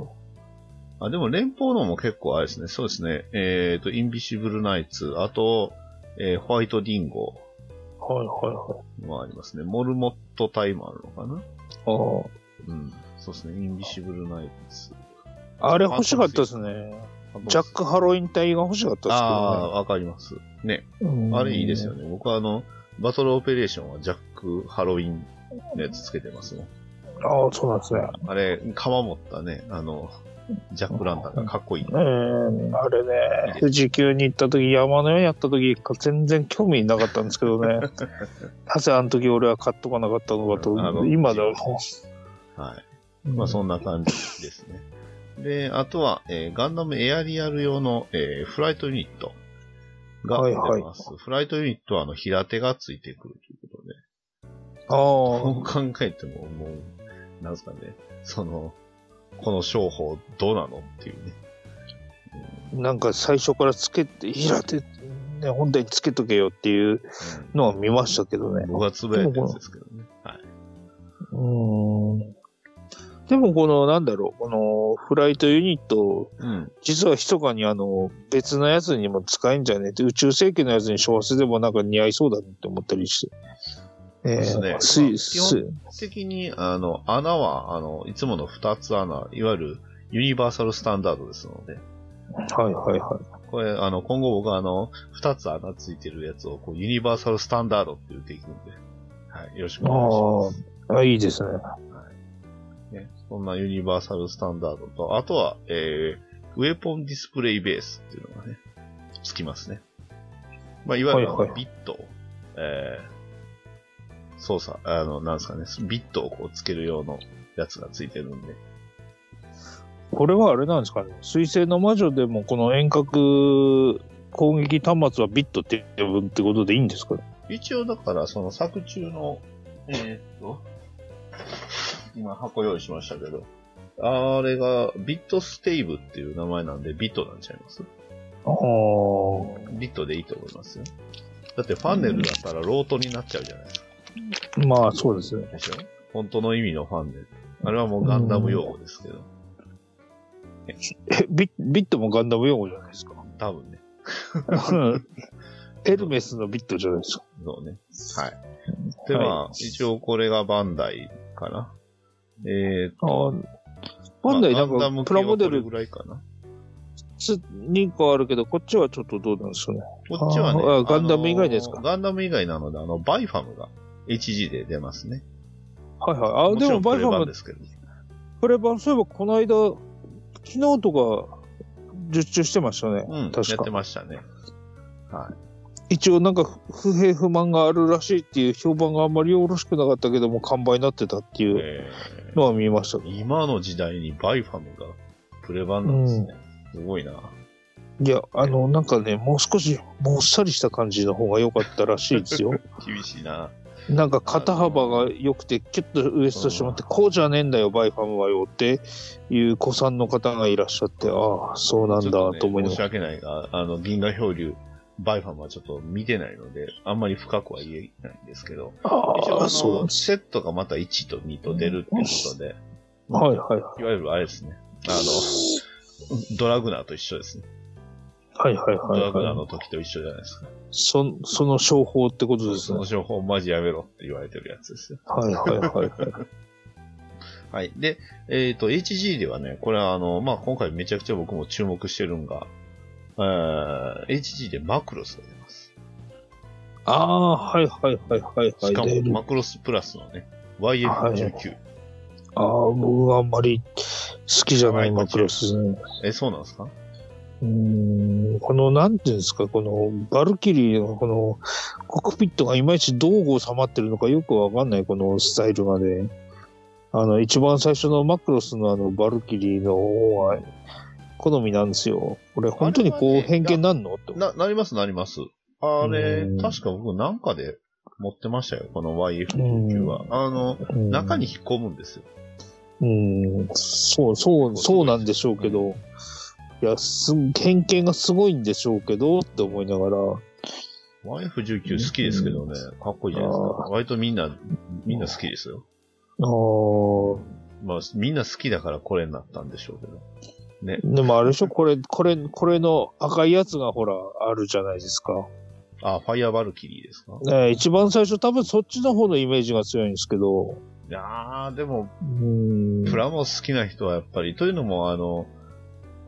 Speaker 2: あ、でも連邦のも結構あれですね。そうですね。えっ、と、インビシブルナイツ、あと、えーホワイトディンゴ
Speaker 3: はいはいはい。
Speaker 2: もありますね。モルモットタイムあるのかな
Speaker 3: あー
Speaker 2: うん。そうですね。インビシブルナイツ。
Speaker 3: あれ欲しかったですね。ジャック・ハロウィン隊が欲しかった
Speaker 2: ああ
Speaker 3: で
Speaker 2: ー、わかります。ね。
Speaker 3: すけどね。
Speaker 2: あれいいですよ
Speaker 3: ね。
Speaker 2: ね。僕はあの、バトルオペレーションはジャック・ハロウィンのやつつけてますね。
Speaker 3: ああ、そうなんですね。
Speaker 2: あれ、釜持ったね、あの、ジャックランタンがかっこいい。
Speaker 3: えー、あ
Speaker 2: い
Speaker 3: れ
Speaker 2: いで
Speaker 3: ね、
Speaker 2: す
Speaker 3: 富士急に行った時、山のようにやった時、全然興味なかったんですけ
Speaker 2: *laughs*
Speaker 3: どね。なぜあの時俺は買っとかなかったのか
Speaker 2: あの
Speaker 3: と、今だろ
Speaker 2: はい。
Speaker 3: う。
Speaker 2: *laughs* まあそんな感じですね。で、あとは、えーガンダムエアリアル用の、えーフライトユニットが
Speaker 3: は
Speaker 2: 出
Speaker 3: いはい
Speaker 2: ます。フライトユニットはあの平手がついてくるということで、
Speaker 3: ああ
Speaker 2: どう考えてももう、なんすかね、その、この商法どうなのっていうね。
Speaker 3: なんか最初からつけて、平手、ね、本体につけとけよっていう
Speaker 2: うん
Speaker 3: のは見ましたけどね。
Speaker 2: 僕がつぶやいたやつですけどね。はい。
Speaker 3: うーん。でもこの、なんだろう、このフライトユニット、
Speaker 2: うん。
Speaker 3: 実は密かにあの、別のやつにも使えんじゃねえって、宇宙世紀のやつに小説でもなんか似合いそうだなって思ったりして。え
Speaker 2: ですね
Speaker 3: ー、
Speaker 2: まあ
Speaker 3: 水、
Speaker 2: 基本
Speaker 3: 水、
Speaker 2: 基本的に、あの、穴は、あの、いつもの二つ穴、いわゆるユニバーサルスタンダードですので、
Speaker 3: はいはいは
Speaker 2: これ、あの、今後僕はあの、二つ穴ついてるやつを、こう、ユニバーサルスタンダードって言っていくんで、はい、よろしくお願いし
Speaker 3: い。あ、いいですね。
Speaker 2: ます。ね、そんなユニバーサルスタンダードと、あとは、えー、ウェポンディスプレイベースっていうのがね、つきますね。まあ、いわゆるあの
Speaker 3: はいはい
Speaker 2: ビットを、えー、操作、あの、なんですかね、ビットをこうつける用のやつがついてるんで、
Speaker 3: これはあれなんですかね。水星の魔女でもこの遠隔攻撃端末はビットって呼ぶってことでいいんですかね。
Speaker 2: 一応だから、その作中の、えーっと、今箱用意しましたけど、あれがビットステイブっていう名前なんでビットなんちゃいます
Speaker 3: ああ。
Speaker 2: ビットでいいと思いますよ。だってファンネルだったらロートになっちゃうじゃないですか。
Speaker 3: まあそうですね。
Speaker 2: でしょ本当の意味のファンネル。あれはもうガンダム用語ですけど、
Speaker 3: えビビットもガンダム用語じゃないです
Speaker 2: *laughs*
Speaker 3: か。
Speaker 2: 多分ね。
Speaker 3: エルメスのビットじゃないですか。
Speaker 2: そうね。はい。で、まあ、一応これがバンダイかな。えー、
Speaker 3: あーバンダイな
Speaker 2: まあガンダ
Speaker 3: ん
Speaker 2: ム系
Speaker 3: かプラ
Speaker 2: は
Speaker 3: モデ
Speaker 2: これ
Speaker 3: ル
Speaker 2: ぐらいかな。
Speaker 3: 2個あるけど、こっちはちょっとどうなんですかね。
Speaker 2: こっちはね、
Speaker 3: あ
Speaker 2: あ
Speaker 3: あガンダム以外ですか
Speaker 2: のガンダム以外なので、あの、バイファムが HG で出ますね。
Speaker 3: はいはい。あー、でも
Speaker 2: ちろん
Speaker 3: バイフ
Speaker 2: プレ
Speaker 3: ァ
Speaker 2: 版
Speaker 3: ム
Speaker 2: で、すけどね。
Speaker 3: プレ版、そういえばこの間、昨日とか、受注してましたね。
Speaker 2: うん、
Speaker 3: 確
Speaker 2: やって
Speaker 3: か。
Speaker 2: ましたね。
Speaker 3: 一応なんか不平不満があるらしいっていう評判があんまりよろしくなかったけども、完売になってたっていう
Speaker 2: え
Speaker 3: のは見ました。
Speaker 2: ー今の時代にバイファムがプレ版なんですね。すごいな。
Speaker 3: いや、あの、なんかね、もう少しもっさりした感じの方が良かったらしい *laughs* ですよ。
Speaker 2: 厳しいな。
Speaker 3: なんか肩幅が良くて、キュッとウエストしてもらって、こうじゃねえんだよ、バイファムはよっていう子さんの方がいらっしゃって、ああ、そうなんだ
Speaker 2: ちょっ
Speaker 3: と思い
Speaker 2: ね申
Speaker 3: な
Speaker 2: し訳
Speaker 3: がら。
Speaker 2: ないが、あの、銀河漂流、バイファムはちょっと見てないので、あんまり深くは言えないんですけど、一応
Speaker 3: あ
Speaker 2: あ
Speaker 3: あ、そう
Speaker 2: の、セットがまた1と2と出るってことで、
Speaker 3: はいはいはい
Speaker 2: わゆるあれですね。あの、ドラグナーと一緒ですね。
Speaker 3: い。はい
Speaker 2: ド
Speaker 3: はい
Speaker 2: ラグナー
Speaker 3: はいはい。
Speaker 2: の時と一緒じゃないですか。
Speaker 3: そその商法ってことです
Speaker 2: そ
Speaker 3: ね
Speaker 2: の。情報マジやめろって言われてるやつですよ。
Speaker 3: はいはいはい
Speaker 2: *laughs*
Speaker 3: はい。
Speaker 2: はい。で、えっ、と、HG ではね、これはあの、まあ、今回めちゃくちゃ僕も注目してるんが、えー HG でマクロスが出ます。
Speaker 3: ああ、はいはいはいはいはい。
Speaker 2: しか
Speaker 3: で
Speaker 2: も、マクロスプラスのね、YF19。
Speaker 3: ああ、僕はあんまり好きじゃないマクロスね。
Speaker 2: え、そうなんですか
Speaker 3: うーんこの、なんていうんですか、この、バルキリーの、この、コックピットがいまいちどう収まってるのかよくわかんない、このスタイルがね。あの、一番最初のマクロスのあの、バルキリーの方が、好みなんですよ。これ、本当にこう、
Speaker 2: あれはね
Speaker 3: 偏見なんのって。
Speaker 2: な、なります、なります。あれ
Speaker 3: う、ん
Speaker 2: 確か僕なんかで持ってましたよ、この YF19
Speaker 3: うん
Speaker 2: は。あの、
Speaker 3: うん
Speaker 2: 中に引っ込むんですよ。
Speaker 3: うん、そう、そう、そうなんでしょうけど、いや、す、偏見がすごいんでしょうけど、って思いながら、
Speaker 2: YF19 好きですけどね、かっこいいじゃないですか
Speaker 3: あ。
Speaker 2: 割とみんな、みんな好きですよ。
Speaker 3: あー
Speaker 2: まあ、みんな好きだからこれになったんでしょうけど。
Speaker 3: でもあれでしょこれ、これ、これの赤いやつがほら、あるじゃないですか。
Speaker 2: あ、ファイアバルキリーですか
Speaker 3: ねえ一番最初多分そっちの方のイメージが強いんですけど。
Speaker 2: いやー、でも、
Speaker 3: うーん。
Speaker 2: プラモ好きな人はやっぱり、というのも、あの、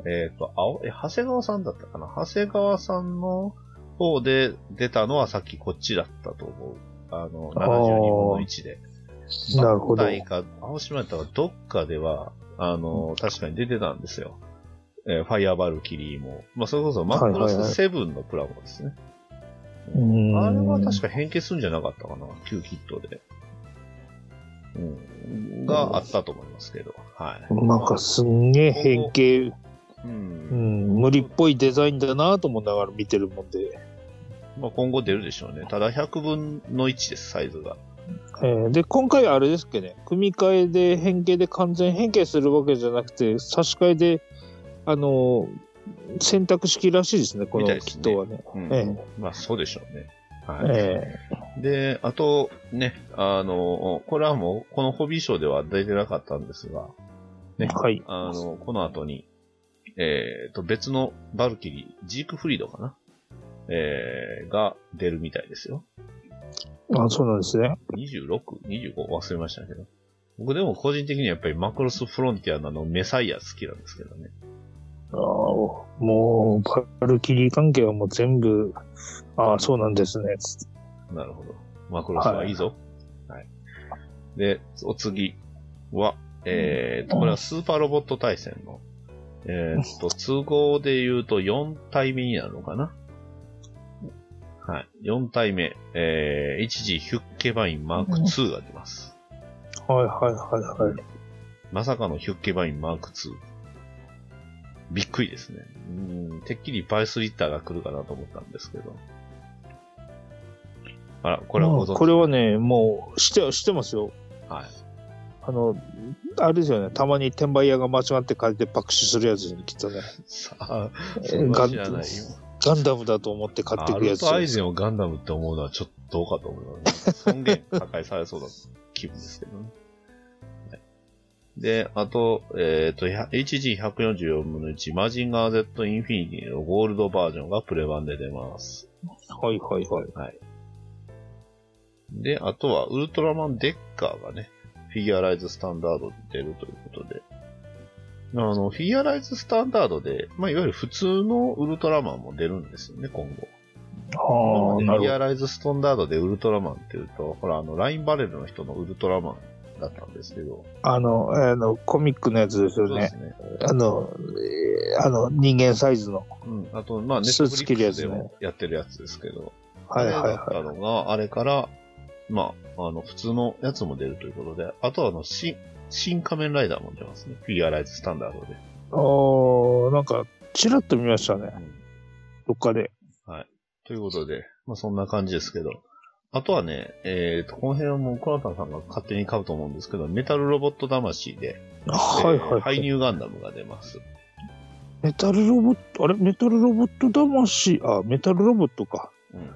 Speaker 2: えっ、と、青、え、長谷川さんだったかな長谷川さんの方で出たのはさっきこっちだったと思う。あの、72分の1で。
Speaker 3: なるほ
Speaker 2: バ
Speaker 3: ど。
Speaker 2: ンダイか、青島やったか、どっかでは、あの、確かに出てたんですよ。えーファイアバルキリーも。まあ、それこそマックロ
Speaker 3: はいはいはい
Speaker 2: ス7のプラモですね。
Speaker 3: うーん
Speaker 2: あれは確か変形するんじゃなかったかな、旧キットで。うん。があったと思いますけど。はい。
Speaker 3: なんかすんげえ変形、
Speaker 2: う。
Speaker 3: うんん、無理っぽいデザインだなと思いながら見てるもんで。
Speaker 2: まあ、今後出るでしょうね。ただ100分の1です、サイズが。
Speaker 3: えーで、今回あれですっけね、組み替えで変形で完全変形するわけじゃなくて、差し替えで、あのー選択式らしいですね、この
Speaker 2: みたいです
Speaker 3: キ
Speaker 2: ね
Speaker 3: ットはね。
Speaker 2: うん。
Speaker 3: え
Speaker 2: まあ、そうでしょうね。はい。
Speaker 3: え
Speaker 2: で、あと、ね、あの、これはもう、このホビーショーでは出てなかったんですが、ね、
Speaker 3: ーはい。
Speaker 2: あの、この後に、えっ、と、別のバルキリー、ジークフリードかなえー、が出るみたいですよ。
Speaker 3: あ、そうなんですね。
Speaker 2: 26、25忘れましたけど。僕でも個人的にはやっぱりマクロスフロンティアのあのメサイア好きなんですけどね。
Speaker 3: ああ、もう、バルキリー関係はもう全部、ああ、そうなんですね。
Speaker 2: なるほど。マクロスはいいぞ。はい。で、お次は、えー、と、これはスーパーロボット対戦の、えー、
Speaker 3: *laughs*
Speaker 2: と、都合で言うと4体目になるのかなはい。4体目、えー、1G ヒュッケバインマーク2が出ます。
Speaker 3: はいはいはいはい。
Speaker 2: まさかのヒュッケバインマーク2。びっくりですね。うん、てっきりバイスリッターが来るかなと思ったんですけど。あら、これはご
Speaker 3: ま
Speaker 2: 存
Speaker 3: あ
Speaker 2: 知
Speaker 3: これはね、もう、して、してますよ。
Speaker 2: はい。
Speaker 3: あの、あれですよね、たまに転売屋が間違って借りて爆死するやつにきっとね、
Speaker 2: さあ、
Speaker 3: え
Speaker 2: そ
Speaker 3: ー
Speaker 2: んな
Speaker 3: ガン
Speaker 2: 知らないよ。
Speaker 3: ガンダムだと思って買って
Speaker 2: ア
Speaker 3: くるや
Speaker 2: ル
Speaker 3: つ。
Speaker 2: トアイゼンをガンダムって思うのはちょっとどうかと思うよね。尊厳破壊されそうな気分ですけどね。はいで、あと、えっ、と、HG144 分の1、マジンガー Z インフィニティのゴールドバージョンがプレ版で出ます。
Speaker 3: はいはいはい。
Speaker 2: で、あとは、ウルトラマンデッカーがね、フィギュアライズスタンダードで出るということで。あの、フィギュアライズスタンダードで、まあ、いわゆる普通のウルトラマンも出るんですよね、今後。
Speaker 3: ああ、
Speaker 2: 今ま
Speaker 3: な
Speaker 2: でリ
Speaker 3: る
Speaker 2: アライズスタンダードでウルトラマンっていうと、ほら、あの、ラインバレルの人のウルトラマンだったんですけど。
Speaker 3: あの、あの、コミックのやつですよ
Speaker 2: そうで
Speaker 3: ね。
Speaker 2: すね。
Speaker 3: あの、えーあの、人間サイズの。
Speaker 2: うん。あと、まあ、ネ
Speaker 3: スー
Speaker 2: ッ
Speaker 3: ツ
Speaker 2: ト
Speaker 3: 着
Speaker 2: フリッ
Speaker 3: るや
Speaker 2: ク
Speaker 3: つ
Speaker 2: スで
Speaker 3: ね
Speaker 2: もやってるやつですけど。
Speaker 3: はいはい
Speaker 2: あれだった
Speaker 3: は
Speaker 2: のが、あれから、まあ、あの、普通のやつも出るということで、あとはあの、新、新仮面ライダーも出ますね。フィギュアライズスタンダードで。
Speaker 3: い。おー、なんか、ちらっと見ましたね。
Speaker 2: うん
Speaker 3: どっかで。
Speaker 2: ということで、まあそんな感じですけど。あとはね、えーと、この辺はもう、コナタンさんが勝手に買うと思うんですけど、メタルロボット魂で、
Speaker 3: はい
Speaker 2: え
Speaker 3: は
Speaker 2: ー
Speaker 3: い、は
Speaker 2: ハイ
Speaker 3: い。
Speaker 2: ニューガンダムが出ます。
Speaker 3: メタルロボット、あれメタルロボット魂、あ、メタルロボットか。
Speaker 2: うん。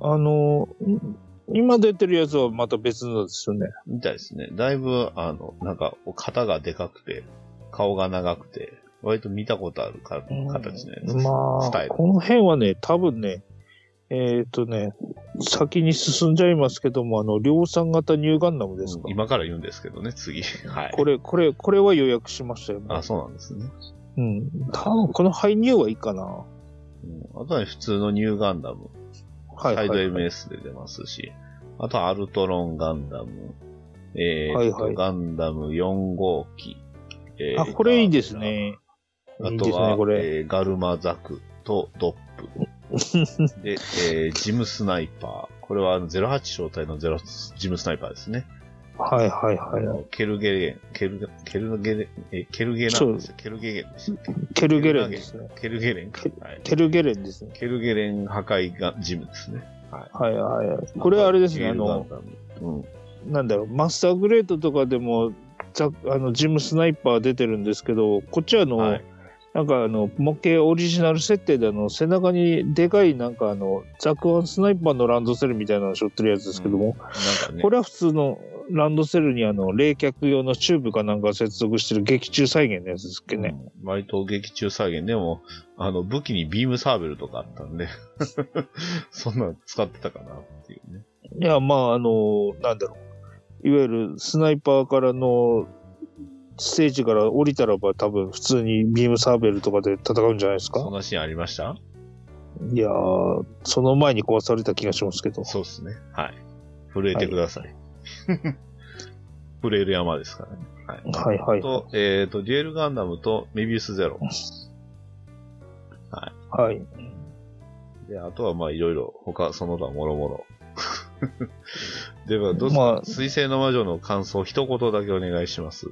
Speaker 3: あの、ん今出てるやつはまた別のですよね。
Speaker 2: みたいですね。だいぶ、あの、なんか、肩がでかくて、顔が長くて、割と見たことあるか形のやつです、
Speaker 3: ま
Speaker 2: スタイ
Speaker 3: あ、
Speaker 2: ル。
Speaker 3: この辺はね、多分ね、えっ、とね、先に進んじゃいますけども、あの、量産型乳ガンダムですか。
Speaker 2: 今から言うんですけどね、次。 *laughs* はい。
Speaker 3: これ、これ、これは予約しましたよ、ね。
Speaker 2: あ、そうなんですね。
Speaker 3: うん。多分このハイニューはいいかな。は
Speaker 2: うん、あとは普通のニューガンダム、
Speaker 3: い、はい。
Speaker 2: サイド MS で出ますし、あとはアルトロンガンダム、えー
Speaker 3: はいはい
Speaker 2: ガンダム4号機、えー
Speaker 3: あ、これいいです。ね。
Speaker 2: あ
Speaker 3: いいで
Speaker 2: と
Speaker 3: す
Speaker 2: は
Speaker 3: ね、これ。
Speaker 2: えーガルマザクとド
Speaker 3: *laughs*
Speaker 2: ップ。で、えージムスナイパー。これはあの08小隊のゼロジムスナイパーですね。
Speaker 3: はいはい
Speaker 2: あ
Speaker 3: は
Speaker 2: のケルゲレン、ケルケルゲレン、えケルゲランですよ。ケルゲレンでしたっけ
Speaker 3: い。テルゲレンですね。
Speaker 2: ケルゲレンか。はい
Speaker 3: テルゲレンですね。
Speaker 2: ケルゲレン破壊がジムですね。
Speaker 3: はいはい。これあれですね、あの、、
Speaker 2: うん、
Speaker 3: なんだろう、マスターグレートとかでも、ざあのジムスナイパー出てるんですけど、こっちはあの、
Speaker 2: はい
Speaker 3: なんかあの模型オリジナル設定であの背中にでかいなんかあのザクワンスナイパーのランドセルみたいなのを背負ってるやつですけども、
Speaker 2: なんかね
Speaker 3: こ、れは普通のランドセルにあの冷却用のチューブかなんか接続してる劇中再現のやつですっけね。
Speaker 2: うん割と劇中再現でも、あの、武器にビームサーベルとかあったんで、 *laughs* そんなの使ってたかなっていうね。
Speaker 3: いや、まあ、あの、なんだろう。いわゆるスナイパーからのステージから降りたらば多分普通にビームサーベルとかで戦うんじゃないですか
Speaker 2: そんなシーンありました
Speaker 3: いやー、その前に壊された気がしますけど。
Speaker 2: そうですね。はい。震えてください。 *laughs* 震える山ですからね。
Speaker 3: はいはい。
Speaker 2: と、えっ、と、デュエルガンダムとメビウスゼロ。
Speaker 3: はい。
Speaker 2: で、あとはまあいろいろ、他、その他もろもろ。 *laughs* では、どうぞ、
Speaker 3: まあ
Speaker 2: 水星の魔女の感想、一言だけお願いします。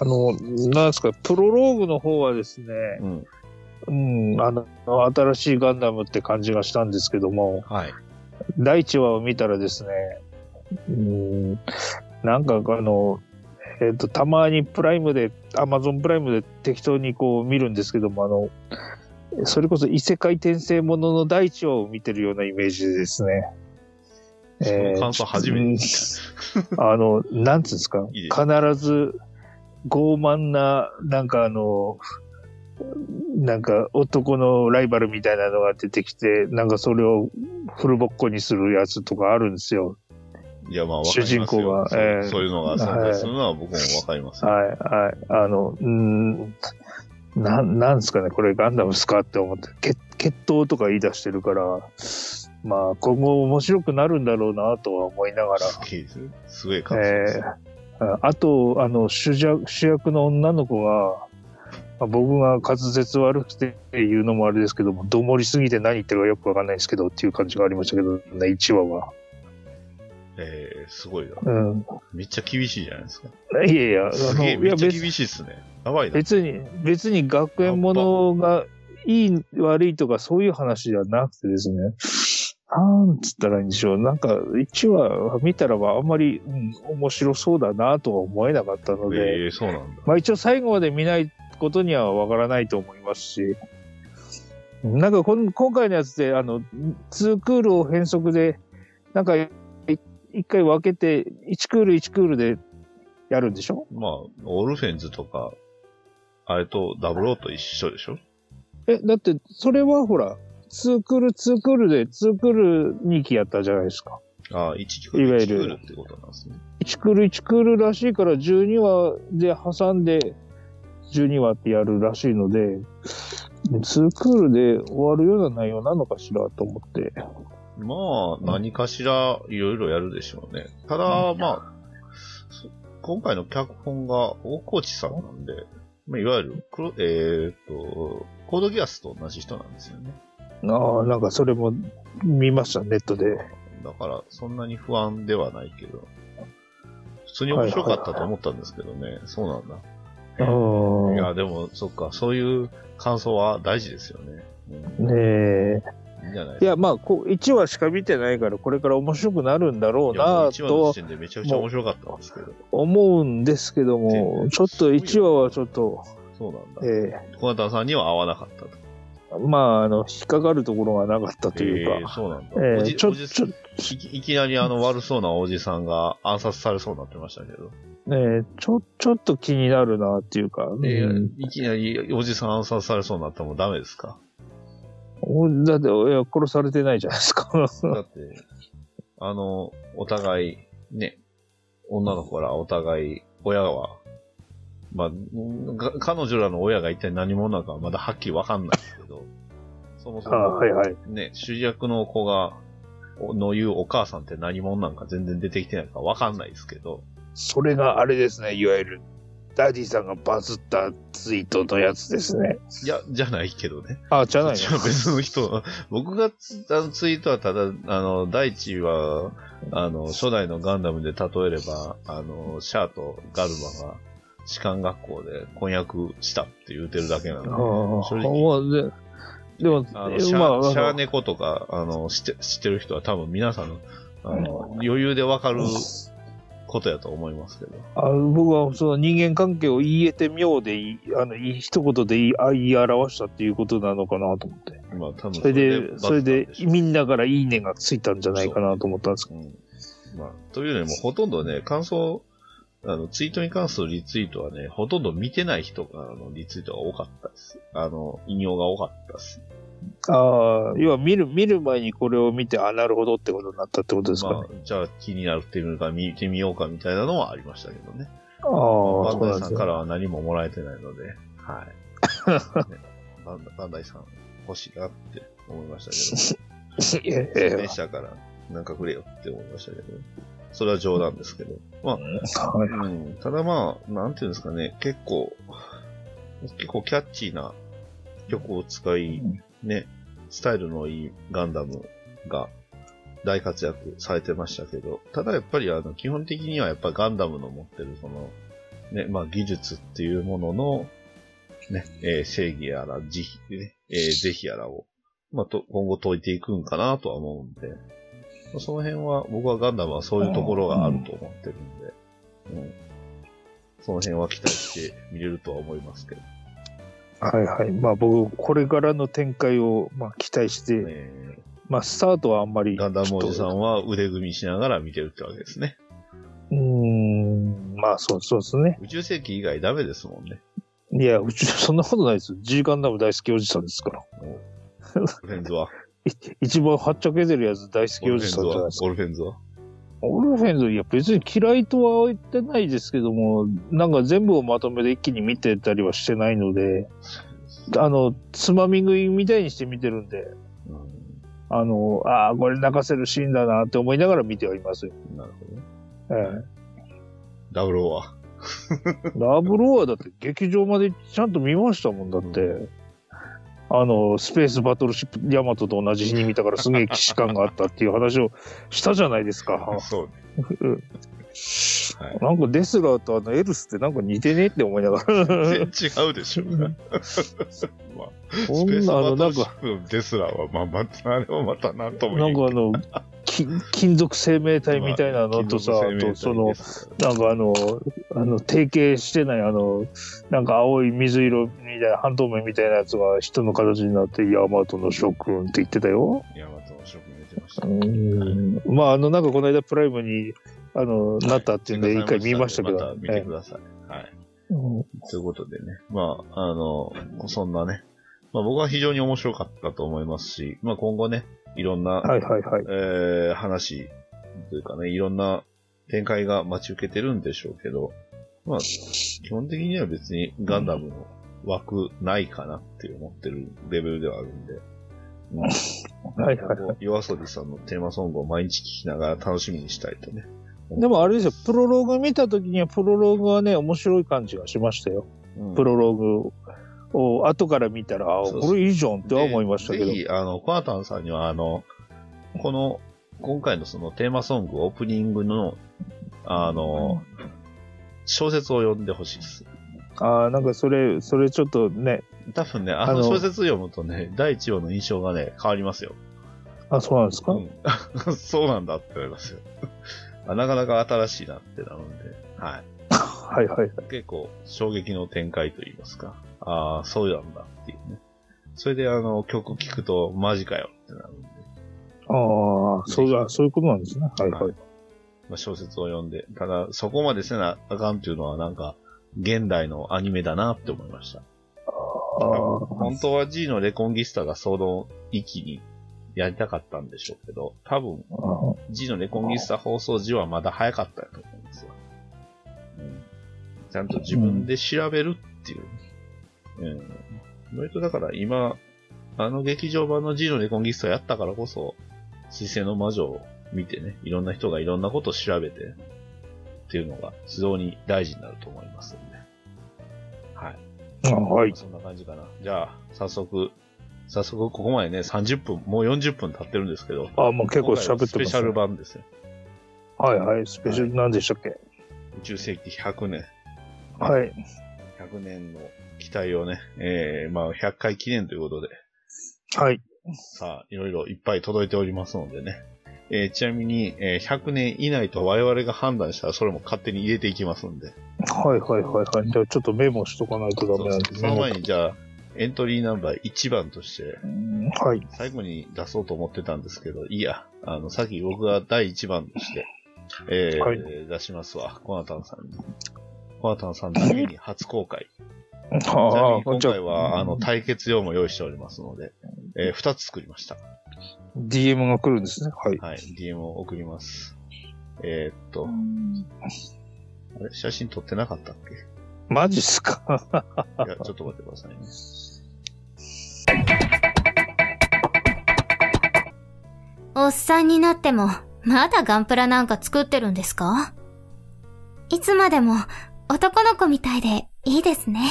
Speaker 3: あの、なんですか、プロローグの方はですね、
Speaker 2: うん。
Speaker 3: うん、あの、新しいガンダムって感じがしたんですけども、
Speaker 2: はい。
Speaker 3: 第1話を見たらですね、うん、なんかあの、えっ、と、たまにプライムで、アマゾンプライムで適当にこう見るんですけども、あの、それこそ異世界転生ものの第1話を見てるようなイメージでですね。
Speaker 2: その感想初めて聞いた。
Speaker 3: あの、なんつうんですか、
Speaker 2: いいで
Speaker 3: 必ず傲慢な、なんかあの、なんか男のライバルみたいなのが出てきて、なんかそれをフルボッコにするやつとかあるんですよ。
Speaker 2: いや、まあ、わかりますよ
Speaker 3: 主人公が
Speaker 2: そう,、
Speaker 3: えー
Speaker 2: そういうのが存在するのは僕もわかりますよ、
Speaker 3: はい、はい。あの、うーん、なん、なんですかね、これガンダムですかって思って、決決闘とか言い出してるから、まあ今後面白くなるんだろうなとは思いながら、
Speaker 2: すげえですねすげえ感想です
Speaker 3: えーあと、あの主役、主役の女の子が、まあ僕が滑舌悪くて言うのもあれですけども、どもりすぎて何言ってるかよくわかんないですけどっていう感じがありましたけどね、1話は。
Speaker 2: えーすごいな。
Speaker 3: うん。
Speaker 2: めっちゃ厳しいじゃないですか。
Speaker 3: いやいや、あ
Speaker 2: す
Speaker 3: の、
Speaker 2: げえ、
Speaker 3: い
Speaker 2: めっ
Speaker 3: や
Speaker 2: ちゃ
Speaker 3: 別
Speaker 2: 厳しいですね。やばいな。
Speaker 3: 別に、別に学園ものがいい悪いとかそういう話ではなくてですね、なんつったらいいんでしょう、なんか1話見たらばあんまり、うん、面白そうだなとは思えなかったので、
Speaker 2: えー、そうなんだ。
Speaker 3: まあ一応最後まで見ないことにはわからないと思いますし、なんかこん今回のやつで、あの、2クールを変則で、なんかい一回分けて、1クール1クールでやるんでしょ
Speaker 2: まあ、オルフェンズとか、あれとダブローと一緒でしょ
Speaker 3: え、だってそれはほら、2クール2クールで2クール2期やったじゃないですか。
Speaker 2: ああ、1クー
Speaker 3: いわ
Speaker 2: ル、1
Speaker 3: ゆ
Speaker 2: ク
Speaker 3: る
Speaker 2: ールってことなんですね。
Speaker 3: 1クール1クールらしいから12話で挟んで12話ってやるらしいので、2クールで終わるような内容なのかしらと思って。
Speaker 2: まあ、何かしらいろいろやるでしょうね。ただ、まあ、そ今回の脚本が大河内さんなんで、まあ、いわゆる黒、えーっと、コードギアスと同じ人なんですよね。
Speaker 3: ああ、なんかそれも見ました、ネットで。
Speaker 2: だから、そんなに不安ではないけど、普通に面白かったと思ったんですけどね、そうなんだ。
Speaker 3: う
Speaker 2: い
Speaker 3: ん。
Speaker 2: や、でも、そっか、そういう感想は大事ですよね。うん
Speaker 3: ね
Speaker 2: いいんじゃない
Speaker 3: え。
Speaker 2: です
Speaker 3: い
Speaker 2: か。
Speaker 3: や、まあ、こう1話しか見てないから、これから面白くなるんだろう
Speaker 2: いやもう
Speaker 3: な
Speaker 2: 一話の
Speaker 3: と
Speaker 2: 時点でめちゃくちゃ面白かったんですけど、
Speaker 3: 思うんですけど
Speaker 2: 全
Speaker 3: も
Speaker 2: 然、
Speaker 3: ちょっと1話はちょっと、
Speaker 2: そうなんだ。
Speaker 3: え
Speaker 2: 小型さんには合わなかったと。
Speaker 3: えまあ、あの、引っかかるところがなかったという
Speaker 2: えー
Speaker 3: か、
Speaker 2: そうなんだ。
Speaker 3: ええ
Speaker 2: おじ
Speaker 3: ちょ
Speaker 2: おじ
Speaker 3: ちょ
Speaker 2: いきいきなりあの悪そうなおじさんが暗殺されそうになってましたけど、
Speaker 3: ねえちょ、ちょっと気になるなっていうか、うん
Speaker 2: えーいきなりおじさん暗殺されそうになってもダメですか
Speaker 3: おだって、いや、殺されてないじゃないですか。
Speaker 2: だって、あの、お互い、ね、女の子らお互い、親は、まあ、んが彼女らの親が一体何者なのかはまだはっきりわかんないですけど、そもそ
Speaker 3: あ
Speaker 2: も、
Speaker 3: *laughs* あはいはい。
Speaker 2: ね、主役の子が、おの言うお母さんって何者なんか全然出てきてないからわかんないですけど、
Speaker 3: それがあれですね、いわゆる、ダディさんがバズったツイートのやつですね。
Speaker 2: いや、じゃないけどね。
Speaker 3: あ、じゃない
Speaker 2: じゃあ別の人、僕がツあのツイートはただ、あの、大地は、あの、初代のガンダムで例えれば、あの、シャアとガルマが、士官学校で婚約したって言うてるだけなので。
Speaker 3: の。
Speaker 2: 正直
Speaker 3: もうででも、
Speaker 2: あの、シャア、
Speaker 3: まあ
Speaker 2: シャア猫とか、あの、知って、知ってる人は多分皆さんの、あの、余裕でわかることやと思いますけど。
Speaker 3: あの僕はその人間関係を言えて妙でいい、あの、いい一言で言いあ言い表したっていうことなのかなと思って。
Speaker 2: まあ多分
Speaker 3: それで、それで
Speaker 2: バズったん、しょう
Speaker 3: みんなからいいねがついたんじゃないかなと思ったんですけ
Speaker 2: うん。まあ、というよりも、ほとんどね、感想、あの、ツイートに関するリツイートはね、ほとんど見てない人からのリツイートが多かったです。あの、引用が多かったです。
Speaker 3: ど。ああ、要は見る、見る前にこれを見て、あ、なるほどってことになったってことですかね。
Speaker 2: まあ、じゃあ気になってみるか見てみようかみたいなのはありましたけどね。
Speaker 3: ああ、
Speaker 2: バ
Speaker 3: そ
Speaker 2: ン
Speaker 3: う
Speaker 2: ダ
Speaker 3: な
Speaker 2: イ
Speaker 3: んで
Speaker 2: さ
Speaker 3: す
Speaker 2: ん
Speaker 3: ね
Speaker 2: からは何ももらえてないので、
Speaker 3: *laughs*
Speaker 2: はい。ねバンダバンダイさん欲しいなって思いましたけど。
Speaker 3: *laughs* いやいやいや
Speaker 2: 電車からなんかくれよって思いましたけど、それは冗談ですけど。まあ、
Speaker 3: はい
Speaker 2: うん、ただまあ、なんていうんですかね、結構、結構キャッチーな曲を使い、ね、スタイルのいいガンダムが大活躍されてましたけど、ただやっぱりあの、基本的にはやっぱガンダムの持ってるその、ね、まあ技術っていうものの、ね、えー正義やら、慈悲、ね、えー是非やらを、まあと、今後解いていくんかなとは思うんで、まあその辺は、僕はガンダムはそういうところがあると思ってるんで、うん。その辺は期待して見れるとは思いますけど
Speaker 3: はいはい。まあ僕、これからの展開を、まあ、期待して、
Speaker 2: ね。え
Speaker 3: まあスタートはあんまり。
Speaker 2: ーガンダムおじさ
Speaker 3: ちょっ
Speaker 2: んは腕組みしながら見てるってわけですね。
Speaker 3: とうーん、まあそうそうですね。
Speaker 2: 宇宙世紀以外ダメですもんね。
Speaker 3: いや、うち、そんなことないですよ。G ガンダム大好きおじさんですから。
Speaker 2: ゴルフェンズは。
Speaker 3: 一番はっちゃけてるやつ大好
Speaker 2: ゴルフェ
Speaker 3: きおじ
Speaker 2: ンズ
Speaker 3: さんじゃない
Speaker 2: は
Speaker 3: です。か。
Speaker 2: ゴルフェンズは。
Speaker 3: オルフェンズ、いや別に嫌いとは言ってないですけども、なんか全部をまとめて一気に見てたりはしてないので、あの、つまみ食いみたいにして見てるんで、
Speaker 2: うん
Speaker 3: あの、ああ、これ泣かせるシーンだなって思いながら見てはいますよ。
Speaker 2: なるほどね。
Speaker 3: ええ
Speaker 2: ダブルオーは。
Speaker 3: ラブローはだって劇場までちゃんと見ましたもんだって、あのスペースバトルシップヤマトと同じ日に見たからすげえ既視感があったっていう話をしたじゃないですか
Speaker 2: そうね。はい
Speaker 3: なんかデスラーとあのエルスってなんか似てねえって思い
Speaker 2: *laughs*
Speaker 3: ながら
Speaker 2: 全然違うで *laughs* しょ。まあ、
Speaker 3: こ
Speaker 2: ス
Speaker 3: ん
Speaker 2: ペース
Speaker 3: なあ
Speaker 2: バ
Speaker 3: のな
Speaker 2: ト
Speaker 3: ん
Speaker 2: ルシ
Speaker 3: か
Speaker 2: ップのデスラーは、まあ、また、あれはまたなんとも
Speaker 3: なん
Speaker 2: 言
Speaker 3: かあのき金属生命体みたいな
Speaker 2: *laughs*
Speaker 3: のとさ、あとその、なんかあの、あの、提携してない、あの、なんか青い水色みたいな、半透明みたいなやつが人の形になって、ヤマトの諸君って言ってたよ。
Speaker 2: ヤマトの職に出てました。 *laughs*
Speaker 3: うん。まあ、あの、なんかこの間プライムに、あの、なったっていうんで、
Speaker 2: 追
Speaker 3: 一
Speaker 2: 加され
Speaker 3: 回見ましたけ
Speaker 2: ま
Speaker 3: ど
Speaker 2: た。見てください。はい。
Speaker 3: ええうん
Speaker 2: ということでね。まあ、あの、そんなね。まあ僕は非常に面白かったと思いますし、まあ今後ね、いろんな、
Speaker 3: はいはいはい。
Speaker 2: えー話というかね、いろんな展開が待ち受けてるんでしょうけど、まあ、基本的には別にガンダムの枠ないかなって思ってるレベルではあるんで、うん、
Speaker 3: はいはいはい
Speaker 2: 夜遊びさんのテーマソングを毎日聴きながら楽しみにしたいとね、
Speaker 3: でもあれですよ、プロローグ見た時にはプロローグはね、面白い感じがしましたよ。
Speaker 2: うん
Speaker 3: プロローグを後から見たら、あ
Speaker 2: そうそう
Speaker 3: これいいじゃんっては思いましたけど
Speaker 2: ぜ。ひ、あの、コナタンさんには、あの、この、今回のそのテーマソング、オープニングの、あの、小説を読んでほしいです。
Speaker 3: ああ、なんかそれ、それちょっとね、
Speaker 2: 多分ね、あ
Speaker 3: あ
Speaker 2: の
Speaker 3: の
Speaker 2: 小説読むとね、第一話の印象がね、変わりますよ。
Speaker 3: あ、そうなんですか、
Speaker 2: うん *laughs* そうなんだって思いますよ。 *laughs* あなかなか新しいなってなるんで、はい。
Speaker 3: はいはい。
Speaker 2: 結構衝撃の展開といいますか、ああ、そうなんだっていうね。それであの曲聴くとマジかよってなるんで、
Speaker 3: ああ、そうだ、そういうことなんですね。はいはい。
Speaker 2: まあ、小説を読んで、ただそこまでせなあかんっていうのはなんか現代のアニメだなって思いました。
Speaker 3: ああ、
Speaker 2: 本当は G のレコンギスタがその域にやりたかったんでしょうけど、多分
Speaker 3: あ
Speaker 2: G のレコンギスタ放送時はまだ早かったと思うんですよ。うん、ちゃんと自分で調べるっていう。うん。割とだから今、あの劇場版の G のレコンギスタやったからこそ、水星の魔女を見てね、いろんな人がいろんなことを調べて、っていうのが非常に大事になると思いますんで。はい。
Speaker 3: あはい。
Speaker 2: そんな感じかな。じゃあ、早速、早速ここまでね、30分、もう40分経ってるんですけど、
Speaker 3: ああ、もう結構喋ってます、
Speaker 2: スペシャル版ですよ。
Speaker 3: はいはい、スペシャルなんでしたっけ
Speaker 2: 宇宙世紀100年、
Speaker 3: はい。
Speaker 2: 100年の期待をね、えー、まあ、100回記念ということで、
Speaker 3: はい。
Speaker 2: さあ、いろいろいっぱい届いておりますのでね。えー、ちなみに、えー、100年以内と我々が判断したら、それも勝手に入れていきますんで。
Speaker 3: はいはいはいはい。じゃあちょっとメモしとかないとダメなんで。
Speaker 2: その前に、じゃあ、エントリーナンバー1番として、
Speaker 3: メモはい。
Speaker 2: 最後に出そうと思ってたんですけど、いいや、あの、さっき僕が第1番として、えー
Speaker 3: はい
Speaker 2: 出しますわ、コナタンさんに。コナタンさんだけに初公開。ちなみ
Speaker 3: あ
Speaker 2: に今回は、あの、対決用も用意しておりますので、えー、2つ作りました。
Speaker 3: DM が来るんですね。はい。
Speaker 2: はい。DM を送ります。えーっと、あれ写真撮ってなかったっけ
Speaker 3: マジっすか
Speaker 2: いや、ちょっと待ってくださいね。
Speaker 1: おっさんになっても、まだガンプラなんか作ってるんですかいつまでも、男の子みたいで、いいですね。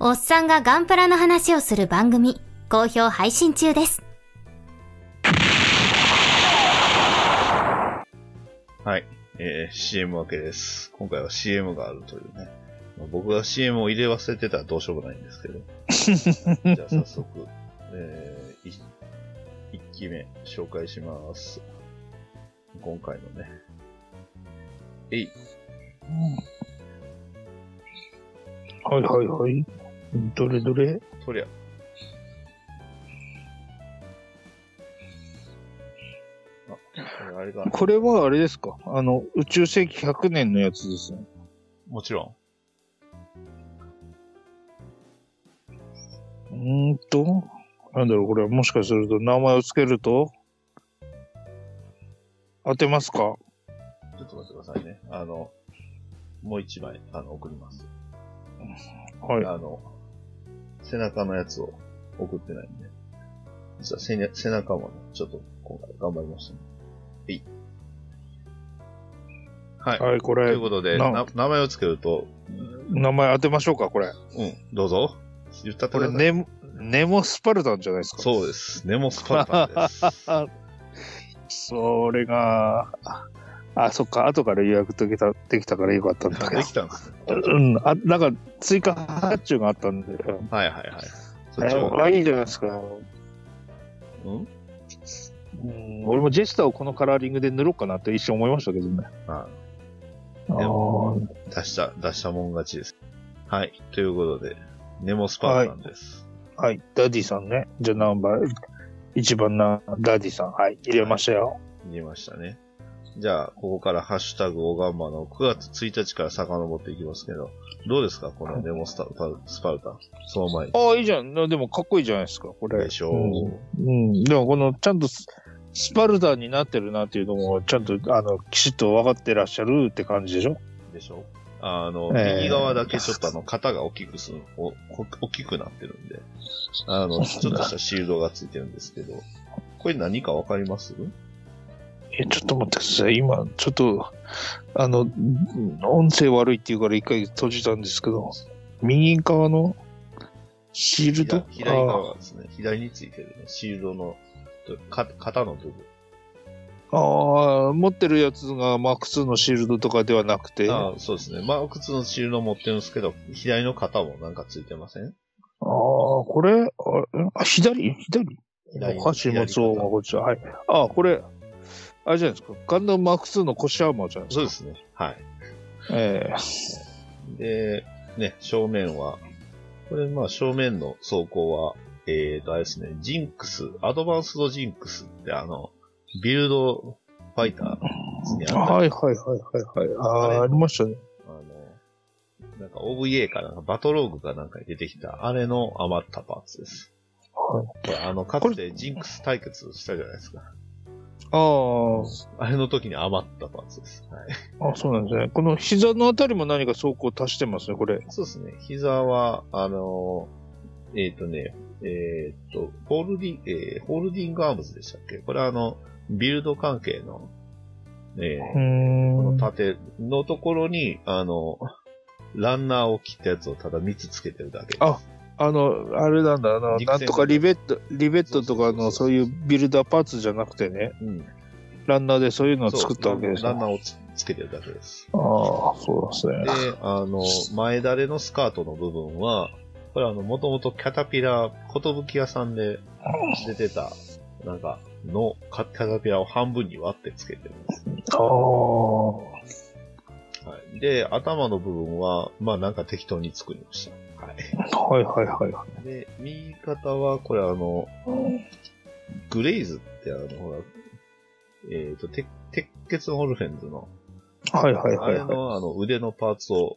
Speaker 1: おっさんがガンプラの話をする番組、好評配信中です。
Speaker 2: はい。えー、CM 分けです。今回は CM があるというね。まあ僕が CM を入れ忘れてたらどうしようもないんですけど。じゃあ早速、えー、1期目紹介します。今回のね。えい。
Speaker 3: はいはいはい。どれどれ
Speaker 2: そりゃ。あ、これあれか。
Speaker 3: これはあれですかあの、宇宙世紀100年のやつですね。
Speaker 2: もちろ
Speaker 3: うーんと、なんだろう、これ、もしかすると名前をつけると、当てますか
Speaker 2: ん。ちょっと待ってくださいね。あの、もう一枚、あの、送ります。
Speaker 3: はい。
Speaker 2: あの、背中のやつを送ってないんで。実は背に背中もね、ちょっと今回頑張りましたね。はい。はい。
Speaker 3: はい、こと
Speaker 2: い
Speaker 3: れ
Speaker 2: う、ことで、
Speaker 3: な
Speaker 2: な名前をつけると、
Speaker 3: 名前当てましょうか、これ。
Speaker 2: うん、どうぞ。言ったって
Speaker 3: こ
Speaker 2: くだ
Speaker 3: れ、
Speaker 2: さい
Speaker 3: ネモ、ネモスパルタンじゃないですか。
Speaker 2: そうです。ネモスパルタンです。
Speaker 3: *laughs* それが、あ、そっか、後から予約できた、できたからよかったんだけ
Speaker 2: できたんですね。
Speaker 3: ど。うん、あ、なんか、追加発注があったんで。
Speaker 2: はいはいはい。そっちも
Speaker 3: あ、いいじゃないですか。
Speaker 2: うん
Speaker 3: うん、俺もジェスターをこのカラーリングで塗ろうかなって一瞬思いましたけどね。
Speaker 2: あ
Speaker 3: あ
Speaker 2: も
Speaker 3: ー
Speaker 2: 出した、出したもん勝ちです。はい。ということで、ネモスパルタンです。
Speaker 3: はい、ダディさんね。じゃあナンバー、一番な、ダディさん。はい、入れましたよ。
Speaker 2: 見えましたね。じゃあ、ここからハッシュタグオガンマの9月1日から遡っていきますけど、どうですかこのネモスタパルスパルタン。その前に。
Speaker 3: ああ、いいじゃん。なでもかっこいいじゃないですか、これ。
Speaker 2: でしょう
Speaker 3: うん。うんでもこの、ちゃんとス、スパルタンになってるなっていうのも、ちゃんと、あの、きちっと分かってらっしゃるって感じでしょ
Speaker 2: でしょあの、
Speaker 3: えー
Speaker 2: 右側だけちょっとあの、肩が大きくする、おこ大きくなってるんで、
Speaker 3: *laughs*
Speaker 2: あの、ちょっとしたシールドがついてるんですけど、これ何かわかります
Speaker 3: え、ちょっと待ってください。今、ちょっと、あの、音声悪いって言うから一回閉じたんですけど、右側のシールド
Speaker 2: 左左側ですね。左についてるね。シールドの、とか肩の部分。
Speaker 3: ああ、持ってるやつが MAX のシールドとかではなくて、あ
Speaker 2: あそうですね。まあ、靴のシールド持ってるんですけど、左の肩もなんかついてません
Speaker 3: あー、これ、ああ左左
Speaker 2: 左
Speaker 3: おかしい、松尾がこっちは。はい。ああ、これ、あれじゃないですか。ガンダム MAX の腰アーマーじゃないです
Speaker 2: そ
Speaker 3: か。
Speaker 2: うですね。はい。
Speaker 3: ええ
Speaker 2: で、ね、正面は、これまあ正面の走行は、えーと、あれですね、ジンクス、アドバンスドジンクスってあの、ビルドファイターですね。あの
Speaker 3: はいはいはいはいはい。あ
Speaker 2: あれ
Speaker 3: あ、ありましたね。
Speaker 2: あの、なんか OVA かなんかバトローグかなんかに出てきた、あれの余ったパーツです。
Speaker 3: はい
Speaker 2: これあの、かつてジンクス対決したじゃないですか。
Speaker 3: ああ、
Speaker 2: あれの時に余ったパーツです。はい。
Speaker 3: あそうなんですね。この膝のあたりも何か走行足してますね、これ。
Speaker 2: そうですね。膝は、あのーえっ、とね、えっ、と、ホールディ、えーホールディングアームズでしたっけこれはあの、ビルド関係の、え
Speaker 3: うー
Speaker 2: ーこ
Speaker 3: ん。
Speaker 2: の
Speaker 3: あ
Speaker 2: 盾のところに、あの、ランナーを切ったやつをただ3つつけてるだけ。
Speaker 3: あの、あれなんだ、あの、
Speaker 2: 陸戦
Speaker 3: なんとかリベット、リベットと
Speaker 2: そ
Speaker 3: かのそう
Speaker 2: そうそうそう
Speaker 3: ういうビルダーパーツじゃなくてね、
Speaker 2: うん。
Speaker 3: ランナーでそういうのを作ったわけですね。
Speaker 2: ラ
Speaker 3: あ
Speaker 2: ンナーをつつけてるだけです。
Speaker 3: あー、そうなん
Speaker 2: で
Speaker 3: ですね。、
Speaker 2: あの、前だれのスカートの部分は、これはあの、もともとキャタピラー、ことぶき屋さんで出てた、なんか、の、かキャタピラーを半分に割ってつけてるんです、
Speaker 3: ああ。
Speaker 2: はい。で、頭の部分は、まあなんか適当に作りました。はい。
Speaker 3: はいはいはいは
Speaker 2: で、右肩は、これあの、
Speaker 3: い。
Speaker 2: グレイズってあの、ほら、えっ、と、鉄鉄血オルフェンズの、
Speaker 3: はいはい
Speaker 2: あ
Speaker 3: はい
Speaker 2: れ
Speaker 3: はい。
Speaker 2: のあの腕のパーツを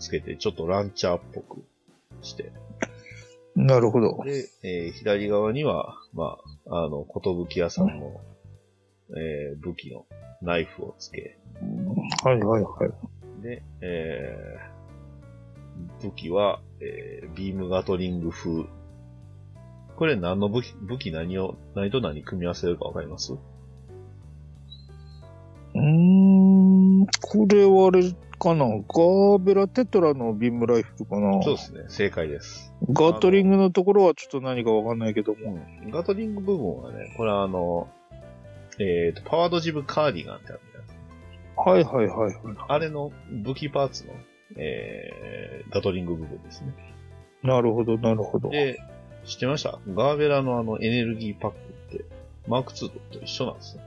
Speaker 2: つけて、ちょっとランチャーっぽくして、
Speaker 3: なるほど。
Speaker 2: で、えー左側には、まあ、あの、寿屋さんの、えー武器のナイフをつけ、
Speaker 3: はいはいはい。
Speaker 2: で、えー武器は、えービームガトリング風。これ何の武器、武器何を、何と何組み合わせるかわかります
Speaker 3: うーん、これはあれかな。ガーベラテトラのビームライフルかな。
Speaker 2: そうですね、正解です。
Speaker 3: ガートリングのところはちょっと何かわかんないけども。
Speaker 2: ガトリング部分はね、これはあの、えっ、と、パワードジムカーディガンってあるじゃないですか
Speaker 3: はいはいはいはい。
Speaker 2: あれの武器パーツの、えー、ガトリング部分ですね。
Speaker 3: なるほど、なるほど。
Speaker 2: で、知ってましたガーベラのあのエネルギーパックって、マーク2と一緒なんですね。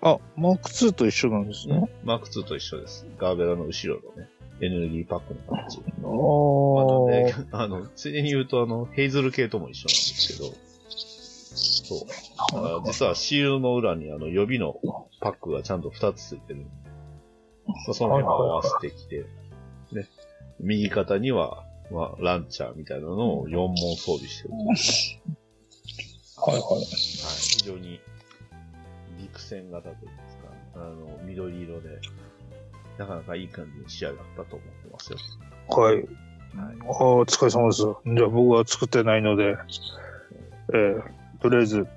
Speaker 3: あ、マーク2と一緒なんですね。
Speaker 2: マーク2と一緒です。ガーベラの後ろのね、エネルギーパックの形。
Speaker 3: あ
Speaker 2: まあなん
Speaker 3: ー
Speaker 2: で、あの、ついでに言うと、あの、ヘイズル系とも一緒なんですけど、そう。だから実はシールの裏にあの予備のパックがちゃんと2つついてるんで。まあその辺を合わせてきて、ね。右肩には、まあ、ランチャーみたいなのを4門装備してると。はい。
Speaker 3: はいはい。
Speaker 2: 非常に、陸戦型というんですか、あの、緑色で、なかなかいい感じに仕上がったと思ってますよ。
Speaker 3: はい。
Speaker 2: はい。
Speaker 3: あーお疲れ様です。じゃあ僕は作ってないので、えー、とりあえず、
Speaker 2: はい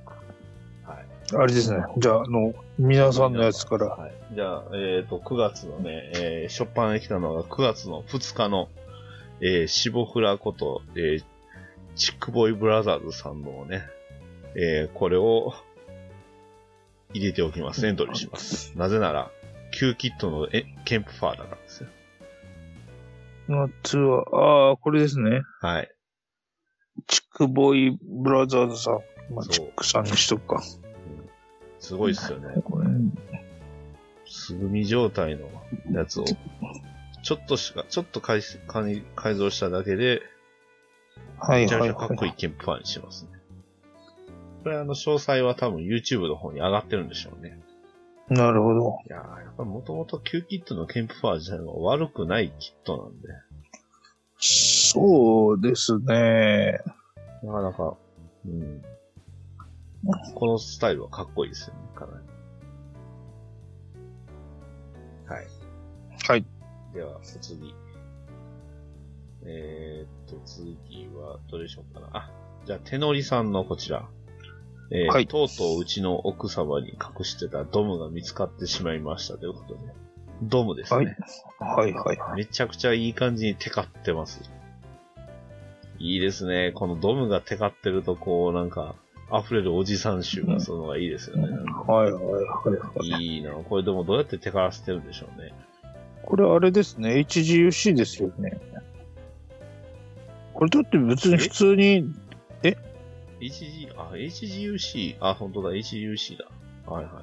Speaker 3: あれですね。じゃあ、あの、皆さんのやつから。
Speaker 2: はい。じゃあ、えっ、と、9月のね、えー、初版へ来たのが9月の2日の、えー、シボフラこと、えー、チックボーイブラザーズさんのね、えー、これを入れておきます。エントリーします。なぜなら、旧キットのえケンプファーだからですよ。
Speaker 3: 夏は、ああ、これですね。
Speaker 2: はい。
Speaker 3: チックボーイブラザーズさん。まあ、
Speaker 2: そう
Speaker 3: チックさんにしとくか。
Speaker 2: すごいですよね。
Speaker 3: これ
Speaker 2: 素組み状態のやつを、ちょっとしか、ちょっと改改改造しただけで、
Speaker 3: はい
Speaker 2: めちゃ
Speaker 3: は
Speaker 2: め
Speaker 3: い
Speaker 2: ちゃかっ
Speaker 3: は
Speaker 2: こいい
Speaker 3: い。
Speaker 2: ケンプファーにしてますね。これあの、詳細は多分 YouTube の方に上がってるんでしょうね。
Speaker 3: なるほど。
Speaker 2: いやー、やっぱりもともと旧キットのケンプファー自体は悪くないキットなんで、
Speaker 3: そうですね。
Speaker 2: なかなか、うん。このスタイルはかっこいいですよね、かなり。はい。
Speaker 3: はい。
Speaker 2: では、次。えー、っと、次は、どれでしょうかな。あ、じゃあ、手乗りさんのこちら。えー
Speaker 3: はい
Speaker 2: とうとううちの奥様に隠してたドムが見つかってしまいましたということで。ドムですね。
Speaker 3: はいはいはいはい。
Speaker 2: めちゃくちゃいい感じにテカってます。いいですね。このドムがテカってると、こう、なんか、溢れるおじさん臭がするのがいいですよね。
Speaker 3: はいはいはいはい。
Speaker 2: いいな。これでもどうやってテカらせてるんでしょうね。
Speaker 3: これあれですね、HGUC ですよね。これだって別に普通に、
Speaker 2: HG、あ、HGUC、あ、本当だ、HGUC だ。はいはい。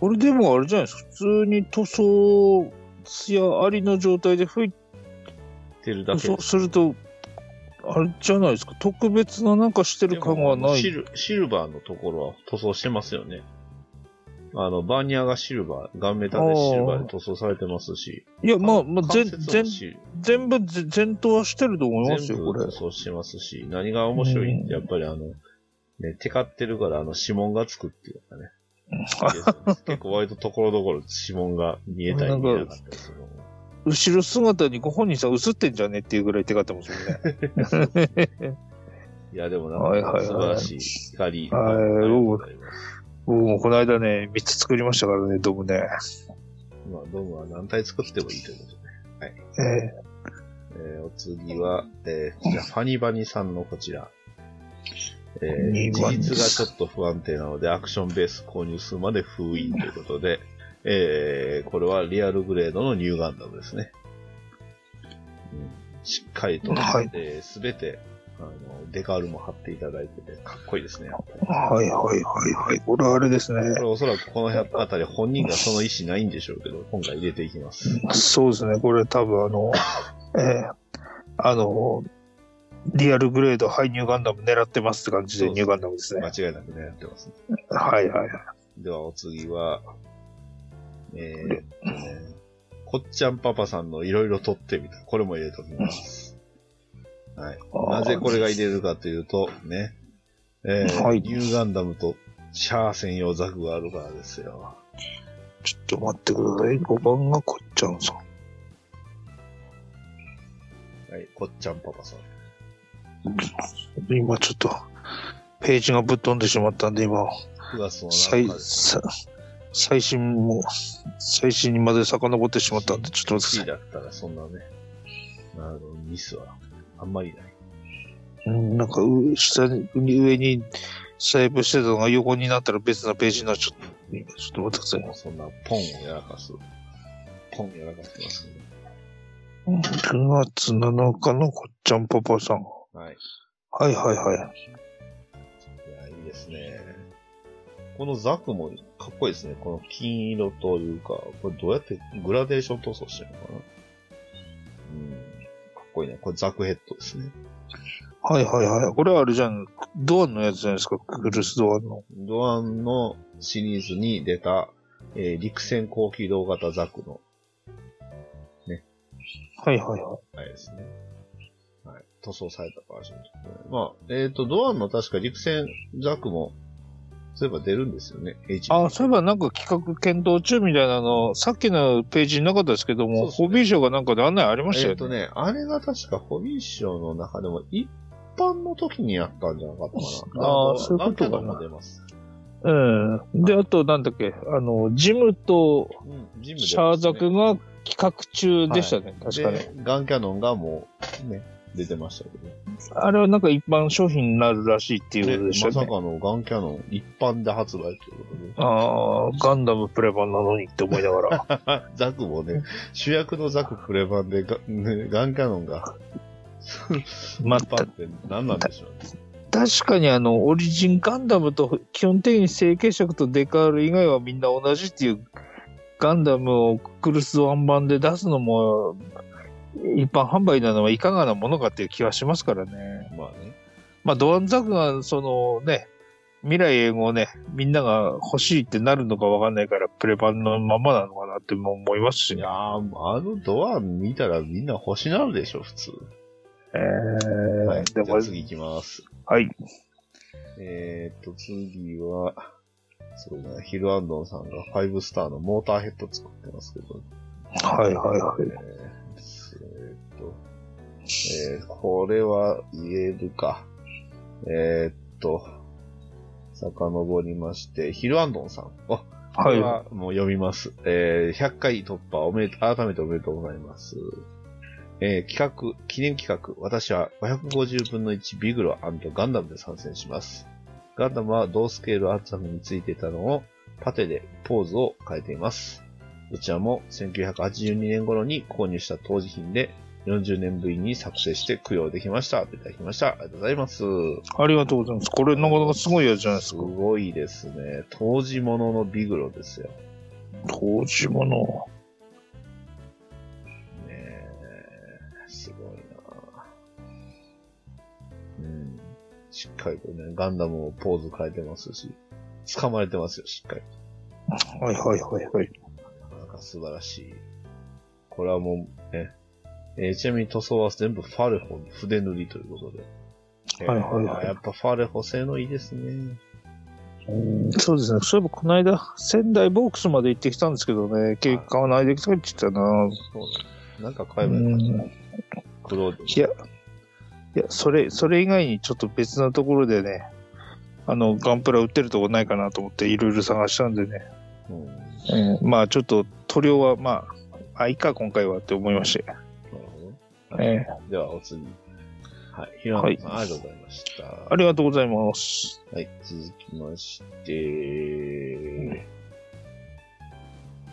Speaker 3: これでもあれじゃないですか、普通に塗装、ツヤありの状態で吹い
Speaker 2: ってるだ
Speaker 3: 塗
Speaker 2: け
Speaker 3: 装すると、あれじゃないですか、特別ななんかしてる感はな
Speaker 2: シ
Speaker 3: い。
Speaker 2: ルシルバーのところは塗装してますよね。あの、バーニアがシルバー、ガンメタでシルバーで塗装されてますし。
Speaker 3: いや、まあ、
Speaker 2: の
Speaker 3: まあ、
Speaker 2: 関節
Speaker 3: 全、
Speaker 2: も
Speaker 3: 全、
Speaker 2: シル
Speaker 3: 全部ぜ、全頭はしてると思います
Speaker 2: 全
Speaker 3: よ、
Speaker 2: 部
Speaker 3: これ
Speaker 2: 塗。装してますし、何が面白いって、やっぱりあの、ね、テカってるから、あの、指紋がつくっていうかね。結構割とところどころ指紋が見えたり見えなかったりするのも
Speaker 3: 後ろ姿にご本人さん映ってんじゃねっていうぐらい手がってますよね。
Speaker 2: *laughs* いや、でも
Speaker 3: は
Speaker 2: ないん
Speaker 3: は
Speaker 2: か
Speaker 3: いはい
Speaker 2: 素晴らしい光。
Speaker 3: は
Speaker 2: あ
Speaker 3: い
Speaker 2: りがとうございます
Speaker 3: 僕もこの間ね、3つ作りましたからね、ドムね。
Speaker 2: まあ、どうもは何体作ってもいいということで。
Speaker 3: ええ
Speaker 2: えーお次は、えーじゃあファニバニさんのこちら。えー
Speaker 3: ファニバニ
Speaker 2: 自立がちょっと不安定なので、アクションベース購入するまで封印ということで、えーこれはリアルグレードのニューガンダムですね。うんしっかりと、
Speaker 3: はい
Speaker 2: えー、全て、あの、デカールも貼っていただいてて、かっこいいですね。やっぱり
Speaker 3: はいはいはいはい。これあれです
Speaker 2: こ
Speaker 3: ね。
Speaker 2: れおそらくこの辺あたり本人がその意思ないんでしょうけど、今回入れていきます。
Speaker 3: そうですね、これ多分あ
Speaker 2: *laughs*
Speaker 3: の、ええあの、リアルグレード、ハイニューガンダム狙ってますって感じで、
Speaker 2: そう
Speaker 3: ニ
Speaker 2: そう
Speaker 3: ューガンダムですね
Speaker 2: 間。違いなく狙ってますね。
Speaker 3: はいはいはい。
Speaker 2: ではお次は、えーっとね、こっちゃんパパさんのいろいろ撮ってみた。これも入れておきます。はい。なぜこれが入れるかというと、ね、えー
Speaker 3: はい
Speaker 2: ニューガンダムとシャア専用ザクがあるからですよ。
Speaker 3: ちょっと待ってください。5番がこっちゃんさん。
Speaker 2: はい、こっちゃんパパさん。
Speaker 3: 今ちょっと、ページがぶっ飛んでしまったんで、今、
Speaker 2: 9月の
Speaker 3: 最
Speaker 2: 中で、す。
Speaker 3: さ最新も、最新にまで遡ってしまったんで、ちょっと待ってくださ
Speaker 2: 1
Speaker 3: い。
Speaker 2: 位だったらそんなね、あの、ミスはあんまりない。
Speaker 3: うんなんかう、下に、上に細部してたのが横になったら別なページになっちゃった。ちょっと待ってください
Speaker 2: もうそんなポンをやらかす。ポンやらかしてますね。
Speaker 3: うん。9月7日のこっちゃんパパさん。
Speaker 2: はい。
Speaker 3: はいはいはい。
Speaker 2: いや、いいですね。このザクもかっこいいですね。この金色というか、これどうやってグラデーション塗装してるのかなうん。かっこいいね。これザクヘッドですね。
Speaker 3: はいはいはい。これはあれじゃん。ドアのやつじゃないですか。クルスドアの。
Speaker 2: ドアンのシリーズに出た、えー陸戦高機動型ザクの、
Speaker 3: はいはいはい。
Speaker 2: あれですね。はい。塗装されたバージョンですね。まあ、えっ、と、ドアンの確か陸戦ザクも、そういえば出るんですよね。H
Speaker 3: あ、そういえばなんか企画検討中みたいなの、さっきのページになかったですけ
Speaker 2: そ
Speaker 3: ど
Speaker 2: う
Speaker 3: も、
Speaker 2: ですね
Speaker 3: ホビー賞がなんかで案内ありました
Speaker 2: えっ、
Speaker 3: よね。
Speaker 2: とね、あれが確かホビー賞の中でも一般の時にやったんじゃなかったかな。
Speaker 3: あー
Speaker 2: の
Speaker 3: そういうことかな
Speaker 2: アンケートも出ます。
Speaker 3: うん。で、あとなんだっけ、あの、ジムと
Speaker 2: うん、ジムで、
Speaker 3: シャーザクが企画中でしたね、確かに。
Speaker 2: で、ガンキャノンがもう、ね、出てましたけど。
Speaker 3: あれはなんか一般商品になるらしいっていうこと
Speaker 2: ね
Speaker 3: でし
Speaker 2: ま
Speaker 3: た
Speaker 2: さ
Speaker 3: ね。
Speaker 2: かのガンキャノン一般で発売というこ
Speaker 3: ああ、ガンダムプレ版なのにって思いながら。
Speaker 2: とで。ザクもね、主役のザクプレ版でガ,、ね、ガンキャノン
Speaker 3: *laughs*
Speaker 2: が、
Speaker 3: まあ、
Speaker 2: 一般って何なんでしょうね。
Speaker 3: 確かにあの、オリジンガンダムと基本的に成形色とデカール以外はみんな同じっていうガンダムをクルスワン版で出すのも一般販売なのはいかがなものかっていう気はしますからね。
Speaker 2: まあね。
Speaker 3: まあ、ドアンザクがそのね、未来英語をね、みんなが欲しいってなるのかわかんないからプレ版のままなのかなっても思いますし
Speaker 2: い
Speaker 3: ね
Speaker 2: やー、あのドア見たらみんな星なるでしょ、普通。
Speaker 3: えー
Speaker 2: はい。じ
Speaker 3: で
Speaker 2: ゃ
Speaker 3: も
Speaker 2: あ、次行きます。
Speaker 3: はい。
Speaker 2: えーっと、次は、そうだな、ヒルアンドンさんが5スターのモーターヘッド作ってますけど、
Speaker 3: はいはいはい。
Speaker 2: えー、えーっと、えー、これは言えるか。えーっと、遡りまして、ヒルアンドンさん。あ、こ
Speaker 3: は
Speaker 2: れ
Speaker 3: い。
Speaker 2: はもう読みます。えー100回突破おめで、改めておめでとうございます。えー企画、記念企画、私は550分の1ビグロガンダムで参戦します。ガンダムは同スケールアッツアムについていたのを、パテでポーズを変えています。どちらも1982年頃に購入した当時品で、40年ぶりに作成して供養できました。といただきました。ありがとうございます。
Speaker 3: ありがとうございます。これなかなかすごいやつじゃないですすか。
Speaker 2: ごいですね。当時もののビグロですよ。
Speaker 3: 当時もの。
Speaker 2: ねえ、すごいなうん。しっかりとね、ガンダムもポーズ変えてますし、掴まれてますよ、しっかり。
Speaker 3: はいはいはいはい。
Speaker 2: なかなか素晴らしい。これはもうね、えーちなみに塗装は全部ファレホの筆塗りということで。えー
Speaker 3: はいはいはい
Speaker 2: やっぱファレホ性能いいですね。
Speaker 3: うんそうですね。そういえばこの間、仙台ボックスまで行ってきたんですけどね、結果はないできたって言ってたな。
Speaker 2: そうなんなんか買え
Speaker 3: う
Speaker 2: ばよかった
Speaker 3: ん
Speaker 2: な。黒で。
Speaker 3: いや、いや、それ、それ以外にちょっと別なところでね、あの、ガンプラ売ってるとこないかなと思っていろいろ探したんでね、
Speaker 2: うん。な
Speaker 3: えーまあちょっと塗料はまあ、あ、いいか今回はって思いまして、
Speaker 2: るほどね
Speaker 3: え
Speaker 2: では、お次。はい。平野さん、ありがとうございました
Speaker 3: ー。ありがとうございます。
Speaker 2: はい、続きまして、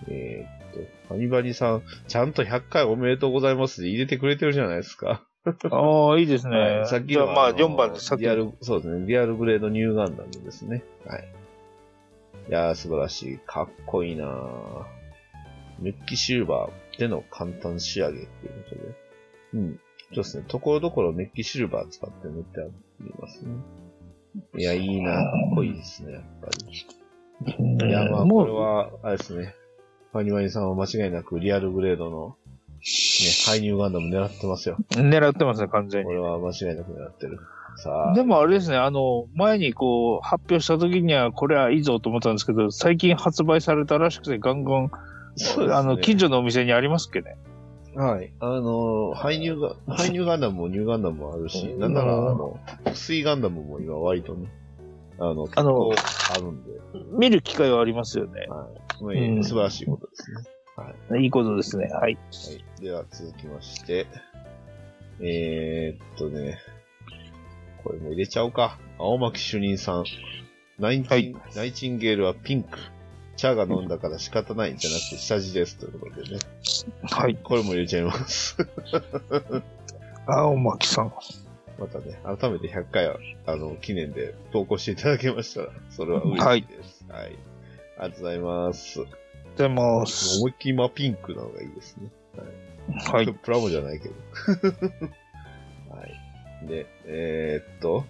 Speaker 2: えーっと、ハニバニさん、ちゃんと100回おめでとうございますで入れてくれてるじゃないですか。
Speaker 3: ああ、いいです
Speaker 2: は
Speaker 3: ね。
Speaker 2: いさっき
Speaker 3: じゃあ
Speaker 2: の
Speaker 3: まあ
Speaker 2: の
Speaker 3: 4番でさっき
Speaker 2: リアル、そうですね、リアルグレードニューガンダムですね。はい。いやー、素晴らしい。かっこいいなーメッキシルバーでの簡単仕上げっていうことで。うん。そうですね、ところどころメッキシルバー使って塗ってありますね。いや、いいなー、かっこいいですね、やっぱり。
Speaker 3: うん
Speaker 2: いや、まあ、
Speaker 3: も
Speaker 2: こ
Speaker 3: う
Speaker 2: れは、あれですね。ファニマニさんは間違いなくリアルグレードの、ね、ハイニューガンダム狙ってますよ。
Speaker 3: 狙ってますね、完全に
Speaker 2: こ。れは間違いなく狙ってる。さあ。
Speaker 3: でもあれですね、あの、前にこう、発表した時には、これはいいぞと思ったんですけど、最近発売されたらしくて、ガンガン、
Speaker 2: そうですね
Speaker 3: あの、近所のお店にありますっけね。
Speaker 2: はい。あの、ハイニューガ、ハイニューガンダムもニューガンダムもあるし、
Speaker 3: *laughs* うん
Speaker 2: なんなら、あの、水ガンダムも今割とね、あの、結
Speaker 3: あの
Speaker 2: 構あるんで、
Speaker 3: 見る機会はありますよね。
Speaker 2: まあいい
Speaker 3: うん
Speaker 2: 素晴らしいことですね。
Speaker 3: いいことですね。は
Speaker 2: は
Speaker 3: い。
Speaker 2: い。では続きまして、えー、っとね、これも入れちゃおうか。青巻主任さん。ナインチン、
Speaker 3: はい
Speaker 2: ナイチンゲールはピンク。チャーが飲んだから仕方ないんじゃなくて下地です。ということでね。
Speaker 3: はい。
Speaker 2: これも入れちゃいます。
Speaker 3: 青巻さん。
Speaker 2: またね、改めて100回は、あの、記念で投稿していただけましたら、それは嬉しいです。はい。ありがとうございます。も
Speaker 3: でも、
Speaker 2: う思いっきり真ピンクなのがいいですね。
Speaker 3: は
Speaker 2: *laughs*
Speaker 3: い。
Speaker 2: プラモじゃないけど。はい。で、えーっと、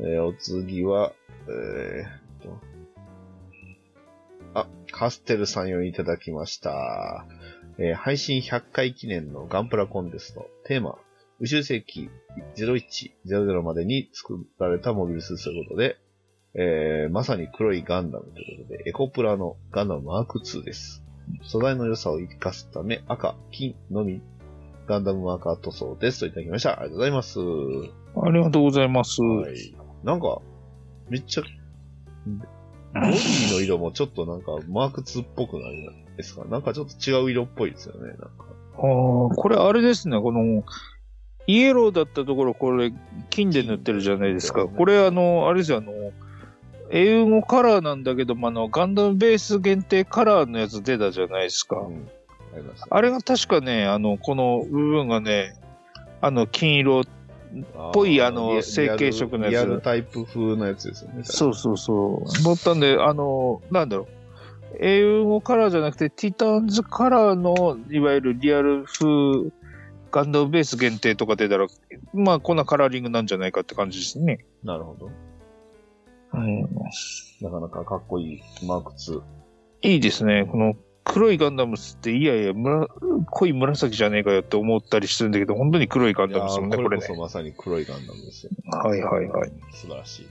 Speaker 2: えーお次は、えーっと、あ、カステルさんよりいただきました。えー配信100回記念のガンプラコンテスト。テーマ、宇宙世紀0100までに作られたモビルスーツということで、えーまさに黒いガンダムということで、エコプラのガンダムマーク2です。素材の良さを生かすため、赤、金のみ、ガンダムマーカー塗装です。といただきました。ありがとうございます。
Speaker 3: ありがとうございます。
Speaker 2: はい。なんか、めっちゃ、ボディの色もちょっとなんか、マーク2っぽくなるじゃないですか。なんかちょっと違う色っぽいですよね。なんか
Speaker 3: あーこれあれですね、この、イエローだったところ、これ、金で塗ってるじゃないですか。
Speaker 2: 金
Speaker 3: これ、あの、あれですよ、あの、英語カラーなんだけど、まああの、ガンダムベース限定カラーのやつ出たじゃないですか。
Speaker 2: うん。ありますね
Speaker 3: あれが確かね、あの、この部分がね、あの、金色、
Speaker 2: っ
Speaker 3: ぽいあの成型色のやつ
Speaker 2: リアルタイプ風のやつですよね。
Speaker 3: そうそうそう。ボタンで、あの、なんだろう。英語カラーじゃなくて、ティタンズカラーの、いわゆるリアル風、ガンダムベース限定とか出たら、まあ、こんなカラーリングなんじゃないかって感じですね。
Speaker 2: なるほど。
Speaker 3: うん、
Speaker 2: なかなかかっこいいマーク2。
Speaker 3: いいですね。この黒いガンダムっつって、いやいや、むら濃い紫じゃねえかよって思ったりしてるんだけど、本当に黒いガン
Speaker 2: い
Speaker 3: ダ
Speaker 2: や
Speaker 3: ムですもん
Speaker 2: ー
Speaker 3: ね、こ
Speaker 2: これ
Speaker 3: れ
Speaker 2: こそ
Speaker 3: ね。
Speaker 2: まさに黒いガンダムですよ。
Speaker 3: はいはいはい。
Speaker 2: 素晴らしい。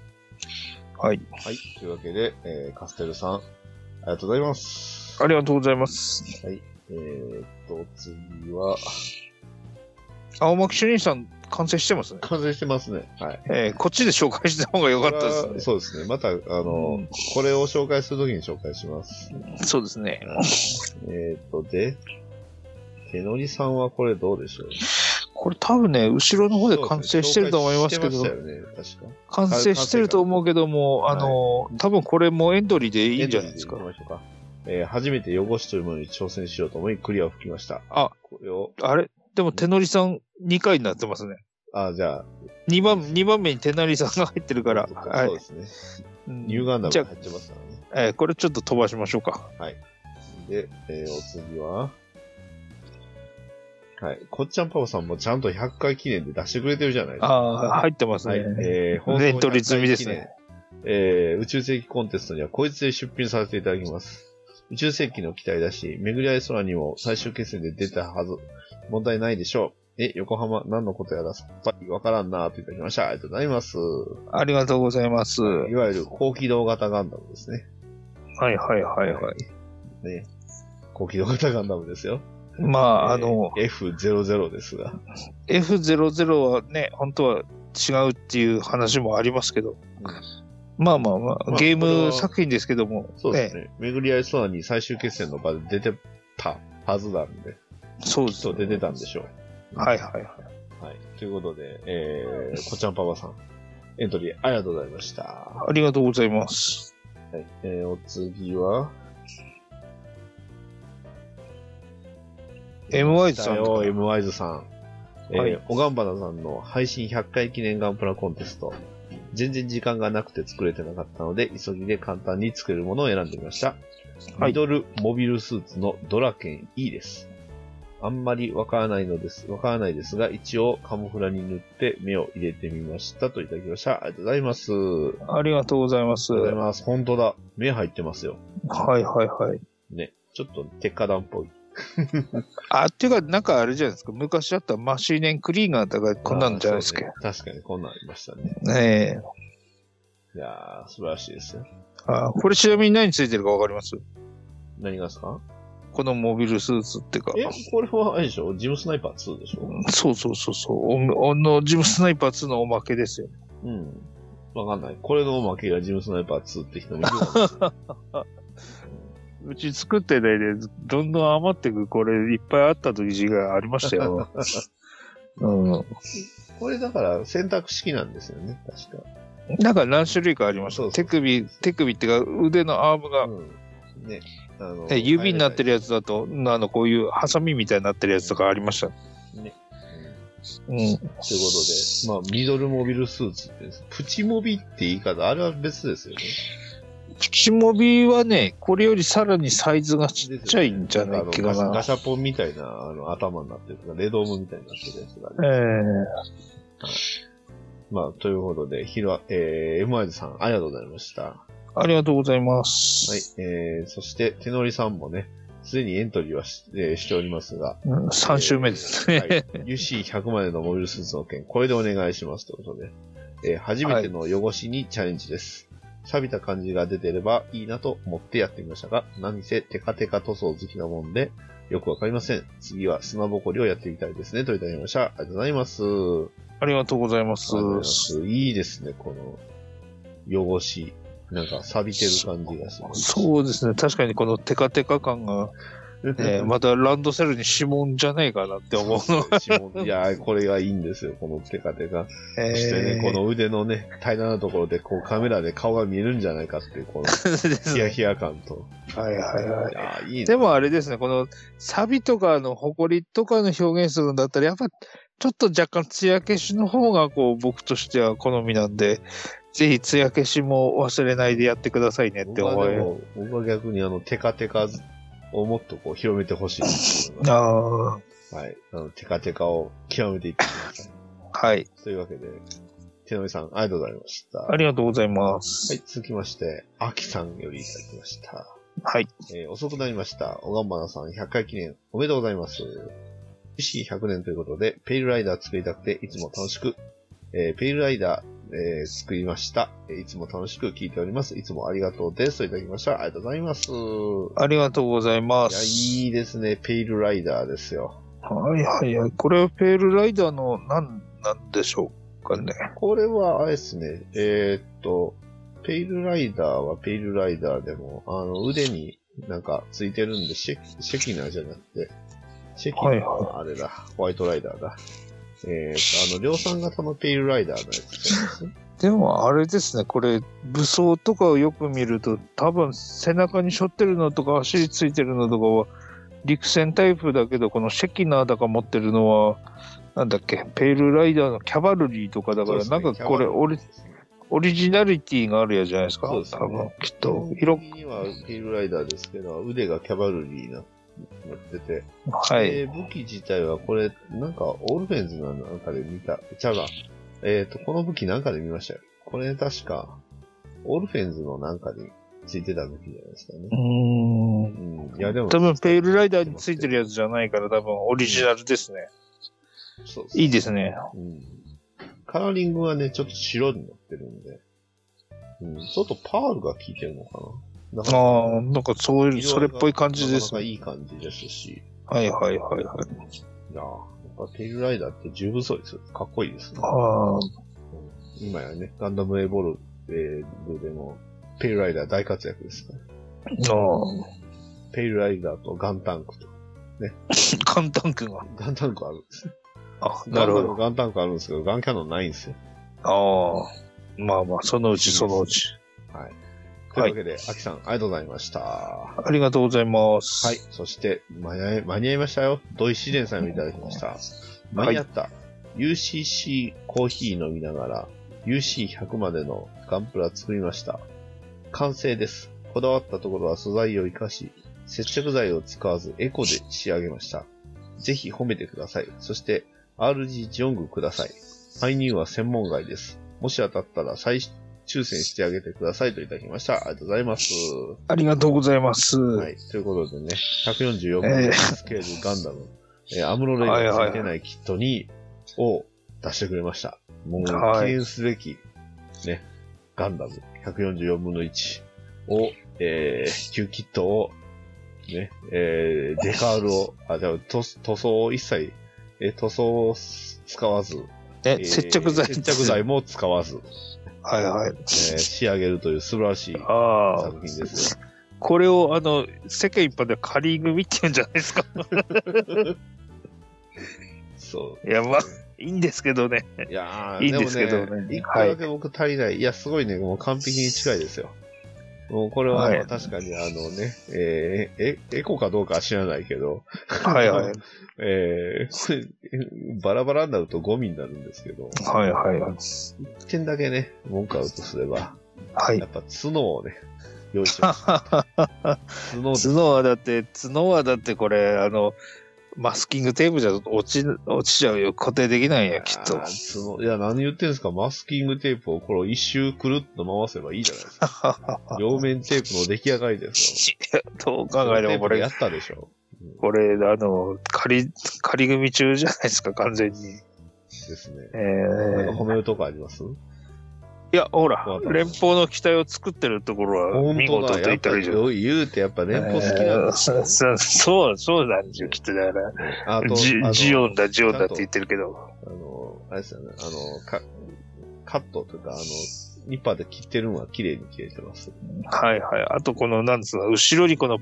Speaker 3: はい。
Speaker 2: はい。というわけで、えーカステルさん、ありがとうございます。
Speaker 3: ありがとうございます。
Speaker 2: はい。えーっと、次は、
Speaker 3: 青巻主任さん、完成してますね。
Speaker 2: 完成してますね。はい。
Speaker 3: えーこっちで紹介した方が良かったですね。
Speaker 2: そうですね。また、あの、
Speaker 3: うん
Speaker 2: これを紹介するときに紹介します。
Speaker 3: *laughs* そうですね。
Speaker 2: えっ、と、で、手乗りさんはこれどうでしょう
Speaker 3: これ多分ね、後ろの方で完成してると思います
Speaker 2: そ
Speaker 3: け
Speaker 2: う
Speaker 3: ど、
Speaker 2: ですね紹介してましたよね、
Speaker 3: 完成してると思うけども、あ
Speaker 2: 完成
Speaker 3: の、多分これもエントリーで
Speaker 2: 確か。
Speaker 3: いいんじゃないですか
Speaker 2: エン。トリー行きましょうか。えー初めて汚しというものに挑戦しようと思い、クリアを吹きました。
Speaker 3: あ、
Speaker 2: これを、
Speaker 3: あれでも手乗りさん2回になってますね。
Speaker 2: あ、じゃあ、
Speaker 3: 2番、二番目に手乗りさんが入ってるから。はい
Speaker 2: そう。ですね。
Speaker 3: うん
Speaker 2: ニューガンダム
Speaker 3: じゃ
Speaker 2: が
Speaker 3: あ
Speaker 2: 入ってますからね。
Speaker 3: えーこれちょっと飛ばしましょうか。
Speaker 2: で、えーお次は、はい。こっちゃんパパさんもちゃんと100回記念で出してくれてるじゃないですか。
Speaker 3: ああ、入ってます
Speaker 2: はい。
Speaker 3: ね。
Speaker 2: えー、
Speaker 3: エントリー済みですね。
Speaker 2: えー、宇宙世紀コンテストにはこいつで出品させていただきます。宇宙世紀の期待だし、巡り合い空にも最終決戦で出たはず。問題ないでしょう。え、横浜、何のことやらさっぱりわからんなーっていただきました。ありがとうございます。
Speaker 3: ありがとうございます。はい
Speaker 2: わゆる高機動型ガンダムですね。
Speaker 3: いはいはいはい。
Speaker 2: ね。高機動型ガンダムですよ。
Speaker 3: まあ、あの、
Speaker 2: えー F00 ですが。
Speaker 3: F00 はね、本当は違うっていう話もありますけど、まあまあまあ、
Speaker 2: まあ
Speaker 3: ゲー
Speaker 2: これは
Speaker 3: ム作品ですけども、
Speaker 2: そうです
Speaker 3: ね
Speaker 2: ね。巡り合い空に最終決戦の場で出てたはずなんで、
Speaker 3: そうで
Speaker 2: きっ
Speaker 3: す
Speaker 2: と
Speaker 3: ね
Speaker 2: 出てたんでしょう。
Speaker 3: はいはいはい。
Speaker 2: はい。ということで、えー、こちゃんパパさん、エントリーありがとうございました。は
Speaker 3: ありがとうございます。
Speaker 2: い。えー、お次は、
Speaker 3: MY さん
Speaker 2: だよ、M ワイズさん。えー
Speaker 3: はい
Speaker 2: おがんばなさんの配信100回記念ガンプラコンテスト。全然時間がなくて作れてなかったので、急ぎで簡単に作れるものを選んでみました。
Speaker 3: はい
Speaker 2: ミドルモビルスーツのドラケン E です。あんまりわからないのです。わからないですが、一応カモフラに塗って目を入れてみましたといただきました。ありがとうございます。
Speaker 3: ありがとうございます。
Speaker 2: ありがとうござい
Speaker 3: は
Speaker 2: ます。本当だ。目入ってますよ。
Speaker 3: いはいはい。
Speaker 2: ね。ちょっと鉄火弾っぽい。
Speaker 3: あ、っていうか、なんかあれじゃないですか、昔だったらマシーネンクリーナーとかこんなんじゃないですか
Speaker 2: あ。ーそうね確かにこんなんありましたね。
Speaker 3: ねえ。
Speaker 2: いやー、素晴らしいですよ。
Speaker 3: あこれちなみに何ついてるかわかります
Speaker 2: 何がですか
Speaker 3: このモビルスーツっていうか。
Speaker 2: え、これはあれでしょジムスナイパー2でしょ
Speaker 3: そうそうそうそう。おおのジムスナイパー2のおまけですよ。
Speaker 2: うん。わかんない。これのおまけがジムスナイパー2って人もいるかも
Speaker 3: *laughs*
Speaker 2: しれないう
Speaker 3: ち作ってないで、どんどん余ってく、これいっぱいあった時がありまし
Speaker 2: *laughs*
Speaker 3: たよ。うん。
Speaker 2: これだから選択式なんですよね、確か。
Speaker 3: なんか何種類かありまし
Speaker 2: そう
Speaker 3: た。
Speaker 2: そう
Speaker 3: 手首、手首っていうか腕のアームが、
Speaker 2: うん。ね。あの
Speaker 3: え指になって
Speaker 2: る。
Speaker 3: るやつだと、あの、こういうハサミみたいになってるやつとかありました。
Speaker 2: うん
Speaker 3: うん。はい
Speaker 2: ということで、まあ、ミドルモビルスーツって、プチモビって言い方、あれは別ですよね。
Speaker 3: プチモビはね、これよりさらにサイズがちっちゃいんじゃないっけか
Speaker 2: あのガ
Speaker 3: な。
Speaker 2: シャガシャポンみたいな、あの、頭になってるとか、レドームみたいになってるやつがある。
Speaker 3: ええ
Speaker 2: まあ、ということで、ひろ、えー、エムアイズさん、ありがとうございました。は
Speaker 3: ありがとうございます。
Speaker 2: い、えー、そして、手乗りさんもね、すでにエントリーはし,、えーしておりますが、
Speaker 3: うん3週目ですね。
Speaker 2: はい、UC100 までのモビルスーツの件、これでお願いしますということで、えー初めての汚しにチャレンジです。錆びた感じが出てればいいなと思ってやってみましたが、何せテカテカ塗装好きなもんで、よくわかりません。次は砂ぼこりをやってみたいですね。といただきました。ありがとうございます。あり
Speaker 3: *laughs* ありがとうございます
Speaker 2: がとうございま。す。いいですね、この汚し。なんか錆びてる感じがします。 *laughs*
Speaker 3: そうですね。確かにこのテカテカ感が、ね、またランドセルに指紋じゃないかなって *laughs* 思うの。
Speaker 2: いやー、これがいいんですよ、このテカテカ。
Speaker 3: え
Speaker 2: そしてね、こ
Speaker 3: ー
Speaker 2: の腕のね、平らなところで、こうカメラで顔が見えるんじゃないかっていう、この
Speaker 3: です
Speaker 2: ヒヤ
Speaker 3: ね
Speaker 2: ヒヤ感と。
Speaker 3: はいはいはい
Speaker 2: やーいい
Speaker 3: い。
Speaker 2: ね
Speaker 3: でもあれですね、このサビとかの埃とかの表現するんだったら、やっぱちょっと若干艶消しの方がこう僕としては好みなんで、ぜひ艶消しも忘れないでやってくださいねって
Speaker 2: 僕
Speaker 3: 思
Speaker 2: はで
Speaker 3: う。
Speaker 2: も、僕は逆にあの、テカテカをもっとこう広めてほしいと思いま
Speaker 3: あ
Speaker 2: す。はい。あの、テカテカを極めていってくださ
Speaker 3: あ、はい。
Speaker 2: い。というわけで、手のみさん、ありがとうございました。
Speaker 3: あ
Speaker 2: は
Speaker 3: りがとうございます。
Speaker 2: い、続きまして、あきさんよりいただきました。
Speaker 3: はい。
Speaker 2: えー遅くなりました。小川花さん、100回記念、おめでとうございます。UC100 年ということで、ペイルライダー作りたくて、いつも楽しく、えーペイルライダー、えー作りました。えーいつも楽しく聞いております。いつもありがとうです。といただきました。ありがとうございます。
Speaker 3: ありがとうございま
Speaker 2: いや、
Speaker 3: す。
Speaker 2: いいですね。ペイルライダーですよ。
Speaker 3: はいはいはい。これはペールライダーの何なんでしょうかね。
Speaker 2: これは、あれですね、えーっと、ペイルライダーはペイルライダーでも、あの、腕になんかついてるんで、シェキ、シェキナーじゃなくて、シェキナーはあれだ、ホワイトライダーだ。えーっと、あの、量産型のペイルライダーのやつですね。
Speaker 3: でもあれですね、これ武装とかをよく見ると多分背中に背負ってるのとか足についてるのとかは陸戦タイプだけどこのシェキナーだか持ってるのはなんだっけペイルライダーのキャバルリーとかだから、なんかこれオリオリジナリティがあるやつじゃないですか
Speaker 2: そうですね
Speaker 3: 多分きっ
Speaker 2: と
Speaker 3: と、色
Speaker 2: 右にはペイルライダーですけど、腕がキャバルリーな、なってて、
Speaker 3: はい、
Speaker 2: えー武器自体はこれ、なんか、オールフェンズのなんかで見た、ちゃうわえっ、と、この武器なんかで見ましたよ。これ確か、オールフェンズのなんかについてた武器じゃないですかね
Speaker 3: う。ーん
Speaker 2: うん。いや、でも、
Speaker 3: 多分ペイルライダーについてるやつじゃないから多分オリジナルですね、
Speaker 2: そう。
Speaker 3: いいですすね
Speaker 2: うん。カラーリングはね、ちょっと白になってるんで、うん。ちょっとパールが効いてるのかななん
Speaker 3: ああなんかそういうそれっぽい感じで
Speaker 2: な
Speaker 3: す
Speaker 2: かなか
Speaker 3: ね
Speaker 2: いい感じですし、
Speaker 3: はいはいは
Speaker 2: い
Speaker 3: いはい
Speaker 2: やーやっぱペイルライダーって十分そうですよ。かっこいいですね。
Speaker 3: ああ
Speaker 2: 今やね、ガンダムエボルえーでも、ペイルライダー大活躍ですから。
Speaker 3: あ
Speaker 2: ペイルライダーとガンタンクと。
Speaker 3: あ、簡単くんが。
Speaker 2: ガンタンクあるんですよ。
Speaker 3: あ、
Speaker 2: ガ
Speaker 3: な
Speaker 2: ン
Speaker 3: る
Speaker 2: タ
Speaker 3: ほ
Speaker 2: ンク、ガンタンクあるんですけど、ガンキャノンないんですよ。
Speaker 3: ど。ああ。まあまあ、そのうちそのうち。
Speaker 2: はい。と
Speaker 3: はい
Speaker 2: いうわけで、アキさん、ありがとうございました。は
Speaker 3: ありがとうございます。
Speaker 2: い。。そして、間に合い、間に合いましたよ。土井自然さんをいただきました。間に合った。UCC コーヒー飲みながら、UC100 までのガンプラ作りました。完成です。こだわったところは素材を活かし、接着剤を使わずエコで仕上げました。ぜひ褒めてください。そして、RG ジオングください。搬入は専門外です。もし当たったら再抽選してあげてくださいといただきました。ありがとうございます。
Speaker 3: ありがとうございます。
Speaker 2: はい。ということでね、144分のスケールガンダム、えーアムロレイが付いてないキットに、を出してくれました。もう、
Speaker 3: はい
Speaker 2: 記念すべき、ね、ガンダム144分の1を、えー、旧キットを、ね、えー、デカールを、あ、じゃあ、塗塗装を一切、えー塗装を使わず、え
Speaker 3: え、
Speaker 2: ー
Speaker 3: 接着剤。
Speaker 2: 接着剤。も使わず、
Speaker 3: はいはい。
Speaker 2: えー仕上げるという素晴らしい
Speaker 3: ああ
Speaker 2: 作。品ですよ。
Speaker 3: これを、あの、世間一般ではカリー組って言うんじゃないですか。
Speaker 2: そう。
Speaker 3: いや、まあ、いいんですけどね。
Speaker 2: いやー
Speaker 3: いいんですけどね
Speaker 2: もね。一個だけ僕足りない。い、や、すごいね、もう完璧に近いですよ。もうこれは、
Speaker 3: はい
Speaker 2: まあ確かにあのね、えーえ、エコかどうかは知らないけど、
Speaker 3: はいはい。
Speaker 2: えーこ *laughs* れえバラバラになるとゴミになるんですけど、
Speaker 3: はいはいはい。
Speaker 2: 一点だけね、文句あるとすれば、
Speaker 3: はい
Speaker 2: や。っぱ角をね、用意し
Speaker 3: *laughs*
Speaker 2: ます。角で
Speaker 3: 角はだって、角はだってこれ、あの、マスキングテープじゃ落ち、落ちちゃうよ。固定できないんや、きっと。 *laughs*
Speaker 2: あー角いや、何言ってんですか、マスキングテープをこれ一周くるっと回せばいいじゃない
Speaker 3: *laughs*
Speaker 2: ですか。両面テープの出来上がりですよ。
Speaker 3: どう考えてもこ
Speaker 2: テープや
Speaker 3: れ、
Speaker 2: ったでしょ。
Speaker 3: これ、あの、仮、仮組中じゃないですか、完全に。
Speaker 2: ですね。
Speaker 3: え
Speaker 2: なんか
Speaker 3: ー
Speaker 2: 褒めるとこあります
Speaker 3: いや、ほら
Speaker 2: わかった、
Speaker 3: 連邦の機体を作ってるところは見事と
Speaker 2: や
Speaker 3: 言
Speaker 2: っ
Speaker 3: った
Speaker 2: ぱ
Speaker 3: らいいじゃん。
Speaker 2: 言うてやっぱ連邦好きなん
Speaker 3: えー
Speaker 2: です
Speaker 3: そ
Speaker 2: よ。
Speaker 3: そそう、そうなんですよ、きっとだから。
Speaker 2: あと、
Speaker 3: ジ
Speaker 2: あの
Speaker 3: ジオンだ、ジオンだって言ってるけど。
Speaker 2: あの、あれですよね、あの、カカットというか、あの、ニッパーで切ってるのは綺麗に切れてます。
Speaker 3: はいはい。あと、この、なんつうの、後ろにこの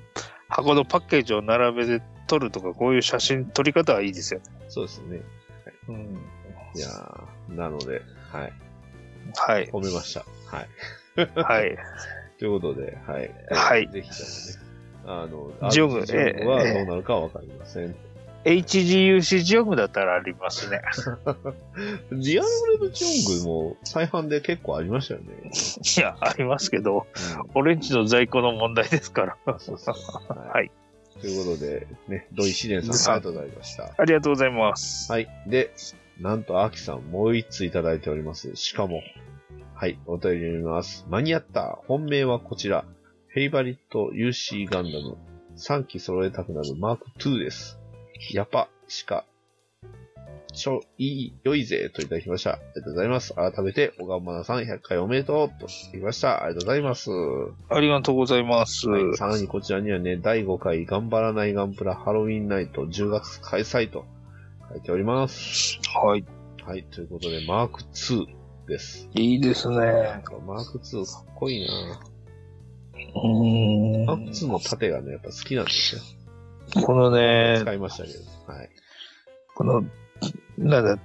Speaker 3: 箱のパッケージを並べて撮るとか、こういう写真撮り方はいいですよね。
Speaker 2: そうですね。
Speaker 3: うん、
Speaker 2: いやーなので、はい。
Speaker 3: はい、
Speaker 2: 褒めました。はい。
Speaker 3: はい。
Speaker 2: ということで、はい。
Speaker 3: はい
Speaker 2: ぜひですね。あの、
Speaker 3: ジオング
Speaker 2: あの
Speaker 3: ええ
Speaker 2: ジオングはどうなるかはわかりません。
Speaker 3: HGUC ジオンだったらありますね。 *laughs*
Speaker 2: リアルブレードジオングも再販で結構ありましたよね。
Speaker 3: いや、ありますけど、俺んちの在庫の問題ですから。
Speaker 2: あそうそう。は
Speaker 3: はい。
Speaker 2: *laughs* ということで、ね、土井紫蓮さん、ありがとうございました。
Speaker 3: ありがとうございます。
Speaker 2: はい。で、なんと、秋さん、もう一通いただいております。しかも、はい、お便り読みます。間に合った。本命はこちら。フェイバリット UC ガンダム。3機揃えたくなるマーク2です。やっぱ、しか、ちょ、いい、良いぜ、といただきました。ありがとうございます。改めて、小川真奈さん、100回おめでとう、といただきました。ありがとうございます。
Speaker 3: ありがとうございます。
Speaker 2: さらにこちらにはね、第5回頑張らないガンプラハロウィンナイト10月開催と書いております。
Speaker 3: はい。
Speaker 2: はい、ということで、マーク2です。
Speaker 3: いいですね。
Speaker 2: なんかマーク2かっこいいな
Speaker 3: うーん。
Speaker 2: マーク2の盾がね、やっぱ好きなんですよ。
Speaker 3: このね、
Speaker 2: 使いましたけど。はい。
Speaker 3: この、なんだ、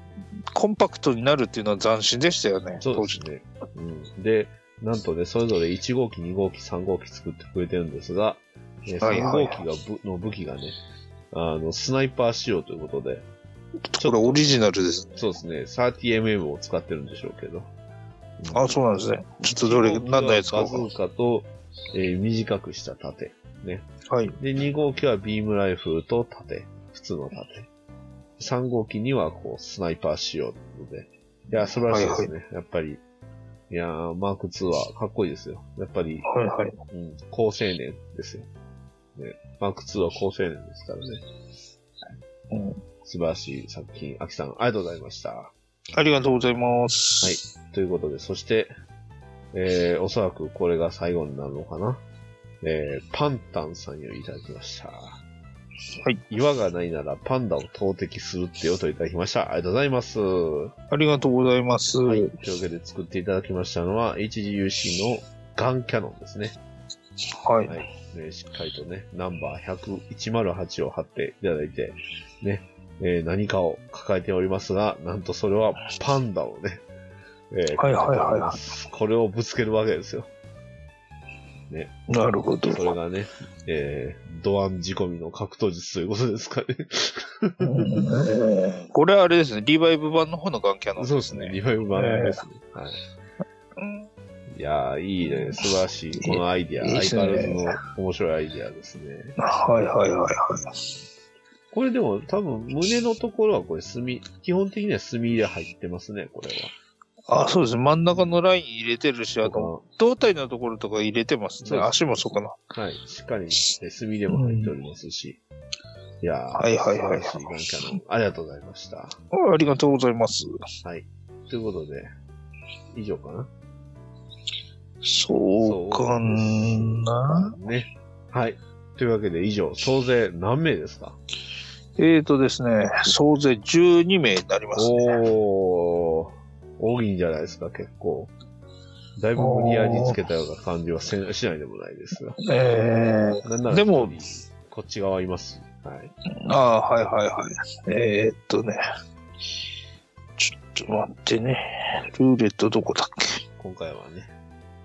Speaker 3: コンパクトになるっていうのは斬新でしたよね、
Speaker 2: そう
Speaker 3: 当
Speaker 2: で
Speaker 3: 時
Speaker 2: す。ね。うん。で、なんとね、それぞれ1号機、2号機、3号機作ってくれてるんですが、えー
Speaker 3: はい
Speaker 2: 3
Speaker 3: はい
Speaker 2: 号機がぶの武器がね、あの、スナイパー仕様ということで、
Speaker 3: これオリジナルですね。
Speaker 2: そうですね、30mm を使ってるんでしょうけど。
Speaker 3: あ、そうなんですね。ちょっとどれ、何のやつか
Speaker 2: バ
Speaker 3: わ
Speaker 2: ズ
Speaker 3: かんない。
Speaker 2: ーカと、えー短くした盾。
Speaker 3: はい。
Speaker 2: で、2号機はビームライフルと盾。普通の盾。3号機には、こう、スナイパー仕様ということで。いや、素晴らしいですね。やっぱり。いやー、マーク2はかっこいいですよ。やっぱり、
Speaker 3: はいはい。
Speaker 2: うん、高青年ですよ。ね、マーク2は高青年ですからね。
Speaker 3: うん
Speaker 2: 素晴らしい作品。アキさん、ありがとうございました。
Speaker 3: ありがとうございます。
Speaker 2: はいということで、そして、えー、おそらくこれが最後になるのかな。えー、パンタンさんよりいただきました。
Speaker 3: はい。
Speaker 2: 岩がないならパンダを投擲するってよといただきました。ありがとうございます。は。
Speaker 3: ありがとうございます。はいい。
Speaker 2: というわけで作っていただきましたのは、HGUC のガンキャノンですね。はいね、しっかりとね、ナンバー100 108を貼っていただいて、ね、えー何かを抱えておりますが、なんとそれはパンダをね、えー
Speaker 3: はいはいはいは
Speaker 2: これをぶつけるわけですよ。
Speaker 3: い。なるほど。
Speaker 2: それがね、えー、ドアン仕込みの格闘術ということですかね。
Speaker 3: これあれですね、リバイブ版の方のガンキャノン
Speaker 2: そうですね、。リバイブ版ですね。はい
Speaker 3: うん
Speaker 2: いやー、いいね。素晴らしい。このアイディア。
Speaker 3: いいっすね
Speaker 2: 相変わらずの面白いアイディアですね。
Speaker 3: はいはいはいはい。
Speaker 2: これでも多分胸のところはこれ墨、基本的には墨入れ入ってますね、これは。
Speaker 3: あ、そうですね。真ん中のライン入れてるし、あと、胴体のところとか入れてます
Speaker 2: そう
Speaker 3: ね。
Speaker 2: です
Speaker 3: 足もそうかな。
Speaker 2: はい。しっかりね墨でも入っておりますし。いやー、
Speaker 3: はいはいはい
Speaker 2: 素晴らしいガンキャノン。ありがとうございました。
Speaker 3: ありがとうございます。
Speaker 2: ということで、以上かな。
Speaker 3: そうかな。
Speaker 2: ね。はい。というわけで以上、総勢何名ですか
Speaker 3: えーとですね、総勢12名になりますね。
Speaker 2: おー、多いんじゃないですか、結構。だいぶ無理やりつけたような感じはせんしないでもないですが。
Speaker 3: えー、
Speaker 2: なんなら、
Speaker 3: でも、
Speaker 2: こっち側います。はい。
Speaker 3: あーはいはいはい。えー、っとね、ちょっと待ってね。ルーレットどこだっけ
Speaker 2: 今回はね。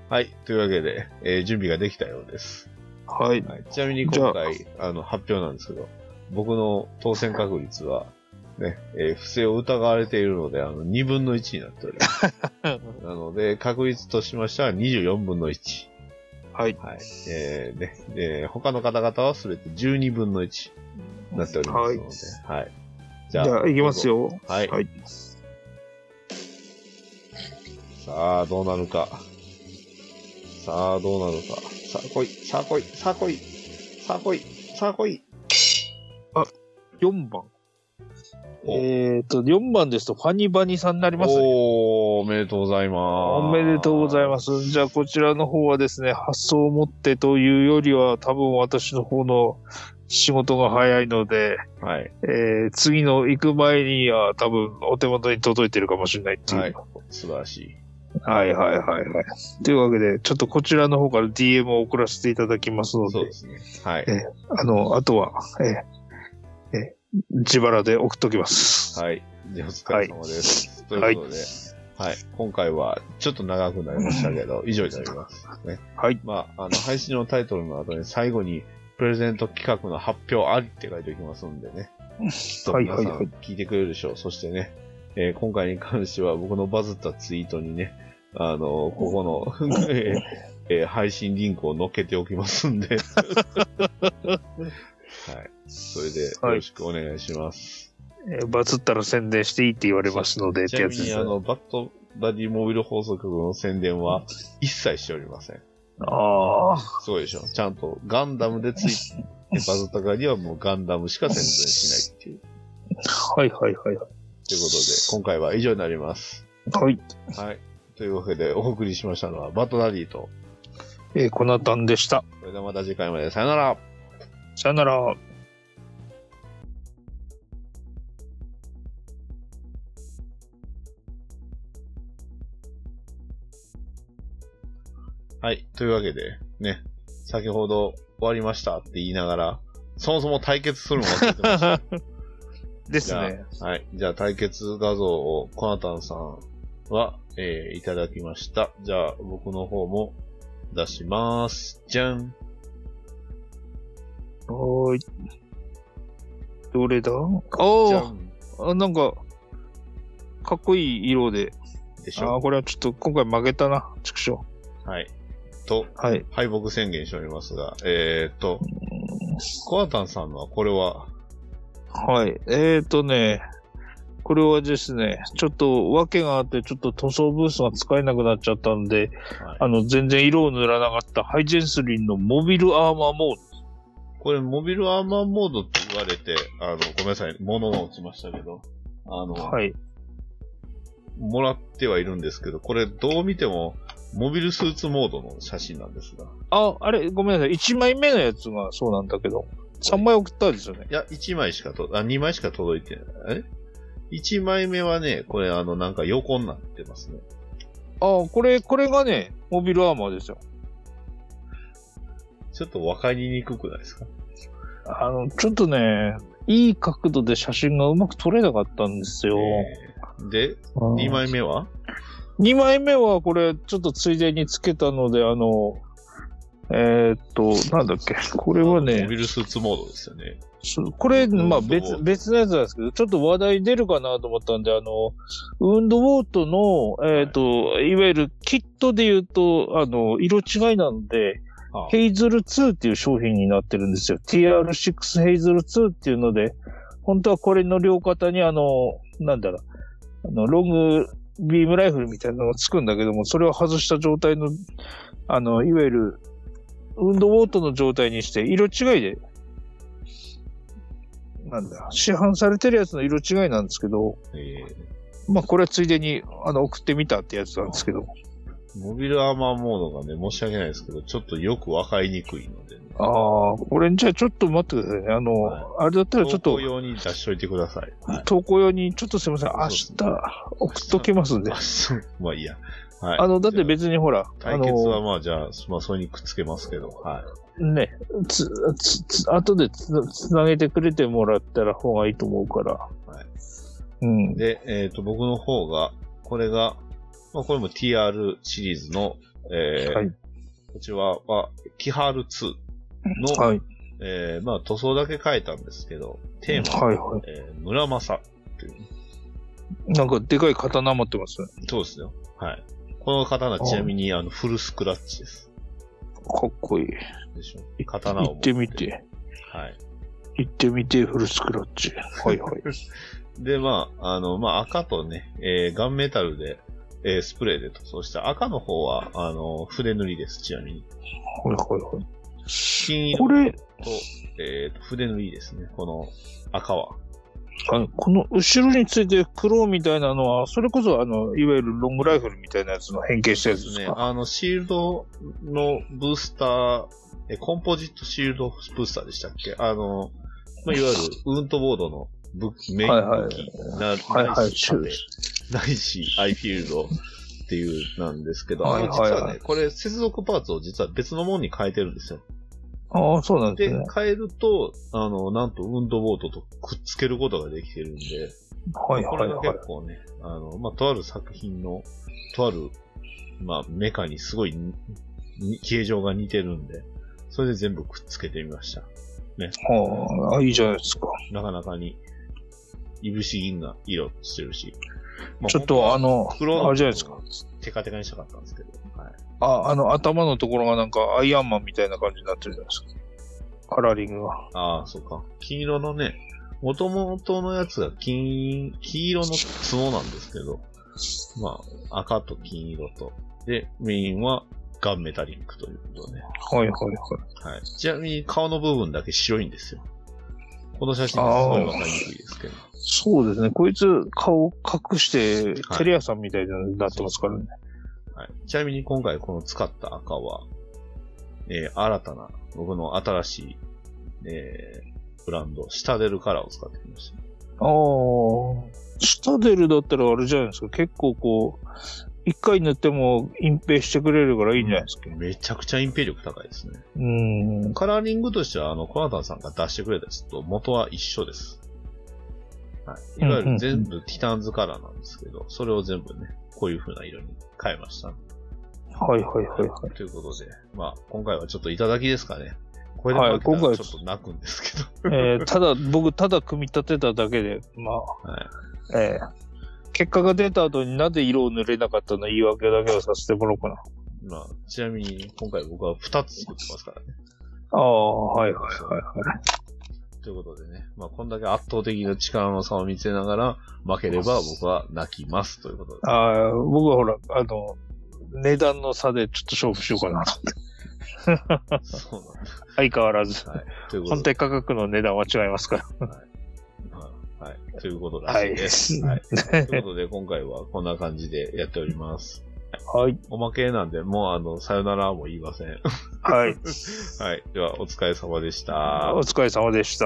Speaker 2: はい。というわけで、えー準備ができたようです。
Speaker 3: はい。
Speaker 2: はい、ちなみに今回、あの、発表なんですけど、僕の当選確率は、ね、えー不正を疑われているので、あの、2分の1になっております。
Speaker 3: *laughs*
Speaker 2: なので、確率としましては24分の1。
Speaker 3: はい。
Speaker 2: はい。えーね、えー他の方々はすべて12分の1になっておりますので、はい。
Speaker 3: じゃあ、いきます。よ。
Speaker 2: はい。
Speaker 3: はい
Speaker 2: さあ、どうなるか。さあ、どうなるか。さあ、来い。さあ、来い。さあ、来い。さあ、来い。さあ、来い。
Speaker 3: 4番。
Speaker 2: お
Speaker 3: えー、っと、4番ですと、ファニバニさんになりますね。
Speaker 2: おー、おめでとうございます。。
Speaker 3: おめでとうございますす。じゃあ、こちらの方はですね、発想を持ってというよりは、多分私の方の仕事が早いので、
Speaker 2: はい。
Speaker 3: えー次の行く前には、多分お手元に届いてるかもしれないっていう。
Speaker 2: はい素晴らしい。
Speaker 3: はい、はい、はいはい。というわけで、ちょっとこちらの方から DM を送らせていただきますの
Speaker 2: そう
Speaker 3: で
Speaker 2: で、すね。はい。 *laughs*
Speaker 3: えあの、あとは、えーえー自腹で送っときます。
Speaker 2: はい。じゃあお疲れ様です。ということで、はい。今回はちょっと長くなりましたけど、以上になります。ね。
Speaker 3: はい。
Speaker 2: まあ、あの、配信のタイトルの後に最後に、プレゼント企画の発表ありって書いておきますんでね。ちょっと
Speaker 3: はい
Speaker 2: 皆
Speaker 3: はい
Speaker 2: さ
Speaker 3: はい
Speaker 2: ん聞いてくれるでしょう。そしてね、えー今回に関しては僕のバズったツイートにね、あの、こ
Speaker 3: *laughs*
Speaker 2: この、えーえー配信リンクを載っけておきますんで。はい。 *laughs* それで、よろしくお願いします。
Speaker 3: えーバズったら宣伝していいって言われますので、っ
Speaker 2: ち
Speaker 3: て
Speaker 2: な
Speaker 3: や
Speaker 2: み
Speaker 3: つで
Speaker 2: に、
Speaker 3: す
Speaker 2: あ
Speaker 3: ね。
Speaker 2: の、バッドバディモビル放送局の宣伝は一切しておりません。
Speaker 3: ああ。
Speaker 2: すごいでしょちゃんとガンダムでついて、バズったからにはもうガンダムしか宣伝しないっていう。
Speaker 3: はいはいはいは
Speaker 2: ということで、今回は以上になります。
Speaker 3: い。はい。
Speaker 2: はい。というわけで、お送りしましたのは、バッドダディと、
Speaker 3: えー、こなたんでした。
Speaker 2: それではまた次回まで、さよなら
Speaker 3: さよなら。
Speaker 2: はい。というわけで、ね、先ほど終わりましたって言いながら、そもそも対決するの忘れてま *laughs* した。
Speaker 3: ですね。
Speaker 2: はい。じゃあ対決画像をコナタンさんは、えーいただきました。じゃあ僕の方も出します。じゃん。
Speaker 3: はーい。どれだ
Speaker 2: じゃ
Speaker 3: あ
Speaker 2: ん。
Speaker 3: あ、あなんか、かっこいい色で。
Speaker 2: でし
Speaker 3: ああ、
Speaker 2: ょ。
Speaker 3: これはちょっと今回負けたな、畜生。
Speaker 2: はい。と、
Speaker 3: はい。
Speaker 2: 敗北宣言しておりますが、えーっと、コナタンさんのはこれは、
Speaker 3: はい。えーとね、これはですね、ちょっと訳があって、ちょっと塗装ブースが使えなくなっちゃったんで、
Speaker 2: は
Speaker 3: あの、全然色を塗らなかったハイジェンスリンのモビルアーマーモード。
Speaker 2: い、これモビルアーマーモードって言われて、あの、ごめんなさい、物が落ちましたけど、あの、
Speaker 3: はい。
Speaker 2: もらってはいるんですけど、これどう見ても、モビルスーツモードの写真なんですが。
Speaker 3: あ、あれ、ごめんなさい。1枚目のやつがそうなんだけど、3枚送ったんですよね。
Speaker 2: いや、1枚しかと、あ、2枚しか届いてない。え ?1 枚目はね、これあの、なんか横になってますね。
Speaker 3: ああ、これ、これがね、モビルアーマーですよ。
Speaker 2: ちょっと分かりにくくないですか
Speaker 3: あの、ちょっとね、いい角度で写真がうまく撮れなかったんですよ。
Speaker 2: えーで、
Speaker 3: うん
Speaker 2: 2枚目は
Speaker 3: 二枚目はこれ、ちょっとついでにつけたので、あの、えーっと、なんだっけ、これは
Speaker 2: モ
Speaker 3: ね、
Speaker 2: ビルスーツモードですよね。
Speaker 3: そうこれ、まあ
Speaker 2: 運動
Speaker 3: 別、別のやつなんですけど、ちょっと話題出るかなと思ったんで、あの、ウンドウォートの、えーっと、い、わゆるキットで言うと、あの、色違いなので、
Speaker 2: あ
Speaker 3: ヘイズル2っていう商品になってるんですよ。TR6 ヘイズル2っていうので、本当はこれの両肩にあの、なんだろう、あの、ロングビームライフルみたいなのがつくんだけども、それを外した状態の、あの、いわゆる、ウンドウォートの状態にして、色違いで、なんだ、市販されてるやつの色違いなんですけど、
Speaker 2: えー
Speaker 3: まあこれはついでに、あの、送ってみたってやつなんですけど、
Speaker 2: モビルアーマーモードがね、申し訳ないですけど、ちょっとよく分かりにくいので、ね、
Speaker 3: ああ、これじゃあちょっと待ってくださいね。あの、
Speaker 2: はい
Speaker 3: あれだったらちょ
Speaker 2: 投
Speaker 3: っと
Speaker 2: 稿、用に出しといてください。
Speaker 3: 投稿用に、ちょっとすみません、明
Speaker 2: そ
Speaker 3: 日
Speaker 2: うそう
Speaker 3: 送っときますんで
Speaker 2: あ、。そう、まあいいや。はい。
Speaker 3: あの、だって
Speaker 2: じゃ
Speaker 3: 別にほ
Speaker 2: あ
Speaker 3: ら、あ
Speaker 2: 対決は
Speaker 3: の、
Speaker 2: まあじゃあ、まあそれにくっつけますけど、はい。
Speaker 3: ね、つ、つ、つ、後でつ、つなげてくれてもらったら方がいいと思うから。
Speaker 2: はい
Speaker 3: うん。
Speaker 2: で、えっ、と、僕の方が、これが、まあ、これも TR シリーズの、えー
Speaker 3: はい
Speaker 2: こちらは、キハール2の、
Speaker 3: はい。
Speaker 2: えーまあ、塗装だけ変えたんですけど、テーマ、
Speaker 3: はいは
Speaker 2: えー村正っていう。
Speaker 3: い。なんかでかい刀持ってますね。
Speaker 2: そうですよ。はい。この刀、ちなみに、あの、フルスクラッチです。
Speaker 3: かっこいい。
Speaker 2: でしょ
Speaker 3: い
Speaker 2: 刀を持
Speaker 3: 行っ
Speaker 2: って
Speaker 3: てみて。
Speaker 2: はい。
Speaker 3: 行ってみて、フルスクラッチ。はいはい。
Speaker 2: で、まあ、あの、まあ、赤とね、えーガンメタルで、えースプレーで塗装した。赤の方は、あの、筆塗りです、ちなみに。
Speaker 3: はいはいはい。
Speaker 2: 金色
Speaker 3: これ、
Speaker 2: と、えーと、筆のいいですね。この赤は。
Speaker 3: あのこの後ろについてる黒みたいなのは、それこそあの、いわゆるロングライフルみたいなやつの変形したやつです
Speaker 2: ね。
Speaker 3: か。
Speaker 2: あの、シールドのブースター、えコンポジットシールドブースターでしたっけあの、まあ、いわゆるウントボードの武メイン
Speaker 3: はいはい
Speaker 2: 武器な、
Speaker 3: はいはい
Speaker 2: ないし盾、ないし、アイフィールドっていうなんですけど、あの
Speaker 3: はいはい
Speaker 2: 実は
Speaker 3: は
Speaker 2: ね、これ接続パーツを実は別のものに変えてるんですよ。
Speaker 3: ああ、そうなん
Speaker 2: で、
Speaker 3: ですね。
Speaker 2: 変えると、あの、なんとウントボードとくっつけることができてるんで、
Speaker 3: はい
Speaker 2: こ
Speaker 3: は
Speaker 2: れ
Speaker 3: い
Speaker 2: が
Speaker 3: はい。
Speaker 2: 結構ね、あの、まあ、とある作品の、とある、まあ、メカにすごいに、に形状が似てるんで、それで全部くっつけてみました。
Speaker 3: ああ、いいじゃないですか。
Speaker 2: なかなかに、いぶし銀な色してるし。まあ
Speaker 3: ちょっとあ、の、
Speaker 2: 黒の
Speaker 3: あれじゃないですか。。
Speaker 2: テカテカにしたかったんですけど。はい。
Speaker 3: あ、あの、頭のところがなんかアイアンマンみたいな感じになってるじゃないですか。カラーリングが。
Speaker 2: ああ、そうか。黄色のね、元々のやつが金、黄色の角なんですけど、まあ、赤と金色と。で、メインはガンメタリンクということで。
Speaker 3: はいはいはい。
Speaker 2: はい。ちなみに顔の部分だけ白いんですよ。この写真はすごいわかりにくいですけど。
Speaker 3: そうですね。こいつ、顔隠して、
Speaker 2: はい
Speaker 3: テレ屋さんみたいになってますからね。
Speaker 2: はい。ちなみに今回この使った赤は、えー、新たな、僕の新しい、えー、ブランド、シタデルカラーを使ってきました。
Speaker 3: ああ。スタデルだったらあれじゃないですか。結構こう、一回塗っても隠蔽してくれるからいいんじゃないですか。
Speaker 2: めちゃくちゃ隠蔽力高いですね。
Speaker 3: うん。
Speaker 2: カラーリングとしては、あの、コナタンさんが出してくれたやつと元は一緒です。はい。いわゆる全部ティタンズカラーなんですけど、それを全部ね、こういう風な色に変えました。
Speaker 3: はいはいはいはい。
Speaker 2: ということで、まあ、今回はちょっといただきですかね。これで負けた
Speaker 3: はい今回
Speaker 2: ら
Speaker 3: は
Speaker 2: ちょっと泣くんですけど。
Speaker 3: *laughs*
Speaker 2: *laughs*
Speaker 3: えーただ、僕、ただ組み立てただけで、ま
Speaker 2: はい。
Speaker 3: あ、えー結果が出た後になぜ色を塗れなかったの言い訳だけをさせてもらおうかな。
Speaker 2: まあ、ちなみに、今回僕は2つ作ってますからね。
Speaker 3: ああ、はいはいはいはい。
Speaker 2: ということでね、まあ、こんだけ圧倒的な力の差を見せながら、負ければ僕は泣きます。という
Speaker 3: *laughs*
Speaker 2: ことで。
Speaker 3: ああ、僕はほら、あの、値段の差でちょっと勝負しようか *laughs* なと。
Speaker 2: そうなんです。
Speaker 3: 相変わらず。
Speaker 2: ということで。
Speaker 3: 本体価格の値段は違いますから。
Speaker 2: はいはい。ということら
Speaker 3: は
Speaker 2: しい
Speaker 3: い。
Speaker 2: です。
Speaker 3: はい。
Speaker 2: *laughs* ということで、今回はこんな感じでやっております。
Speaker 3: はい。
Speaker 2: おまけなんで、もうあの、さよならも言いません。
Speaker 3: *laughs*
Speaker 2: はい。では、お疲れ様でした。
Speaker 3: お疲れ様でした。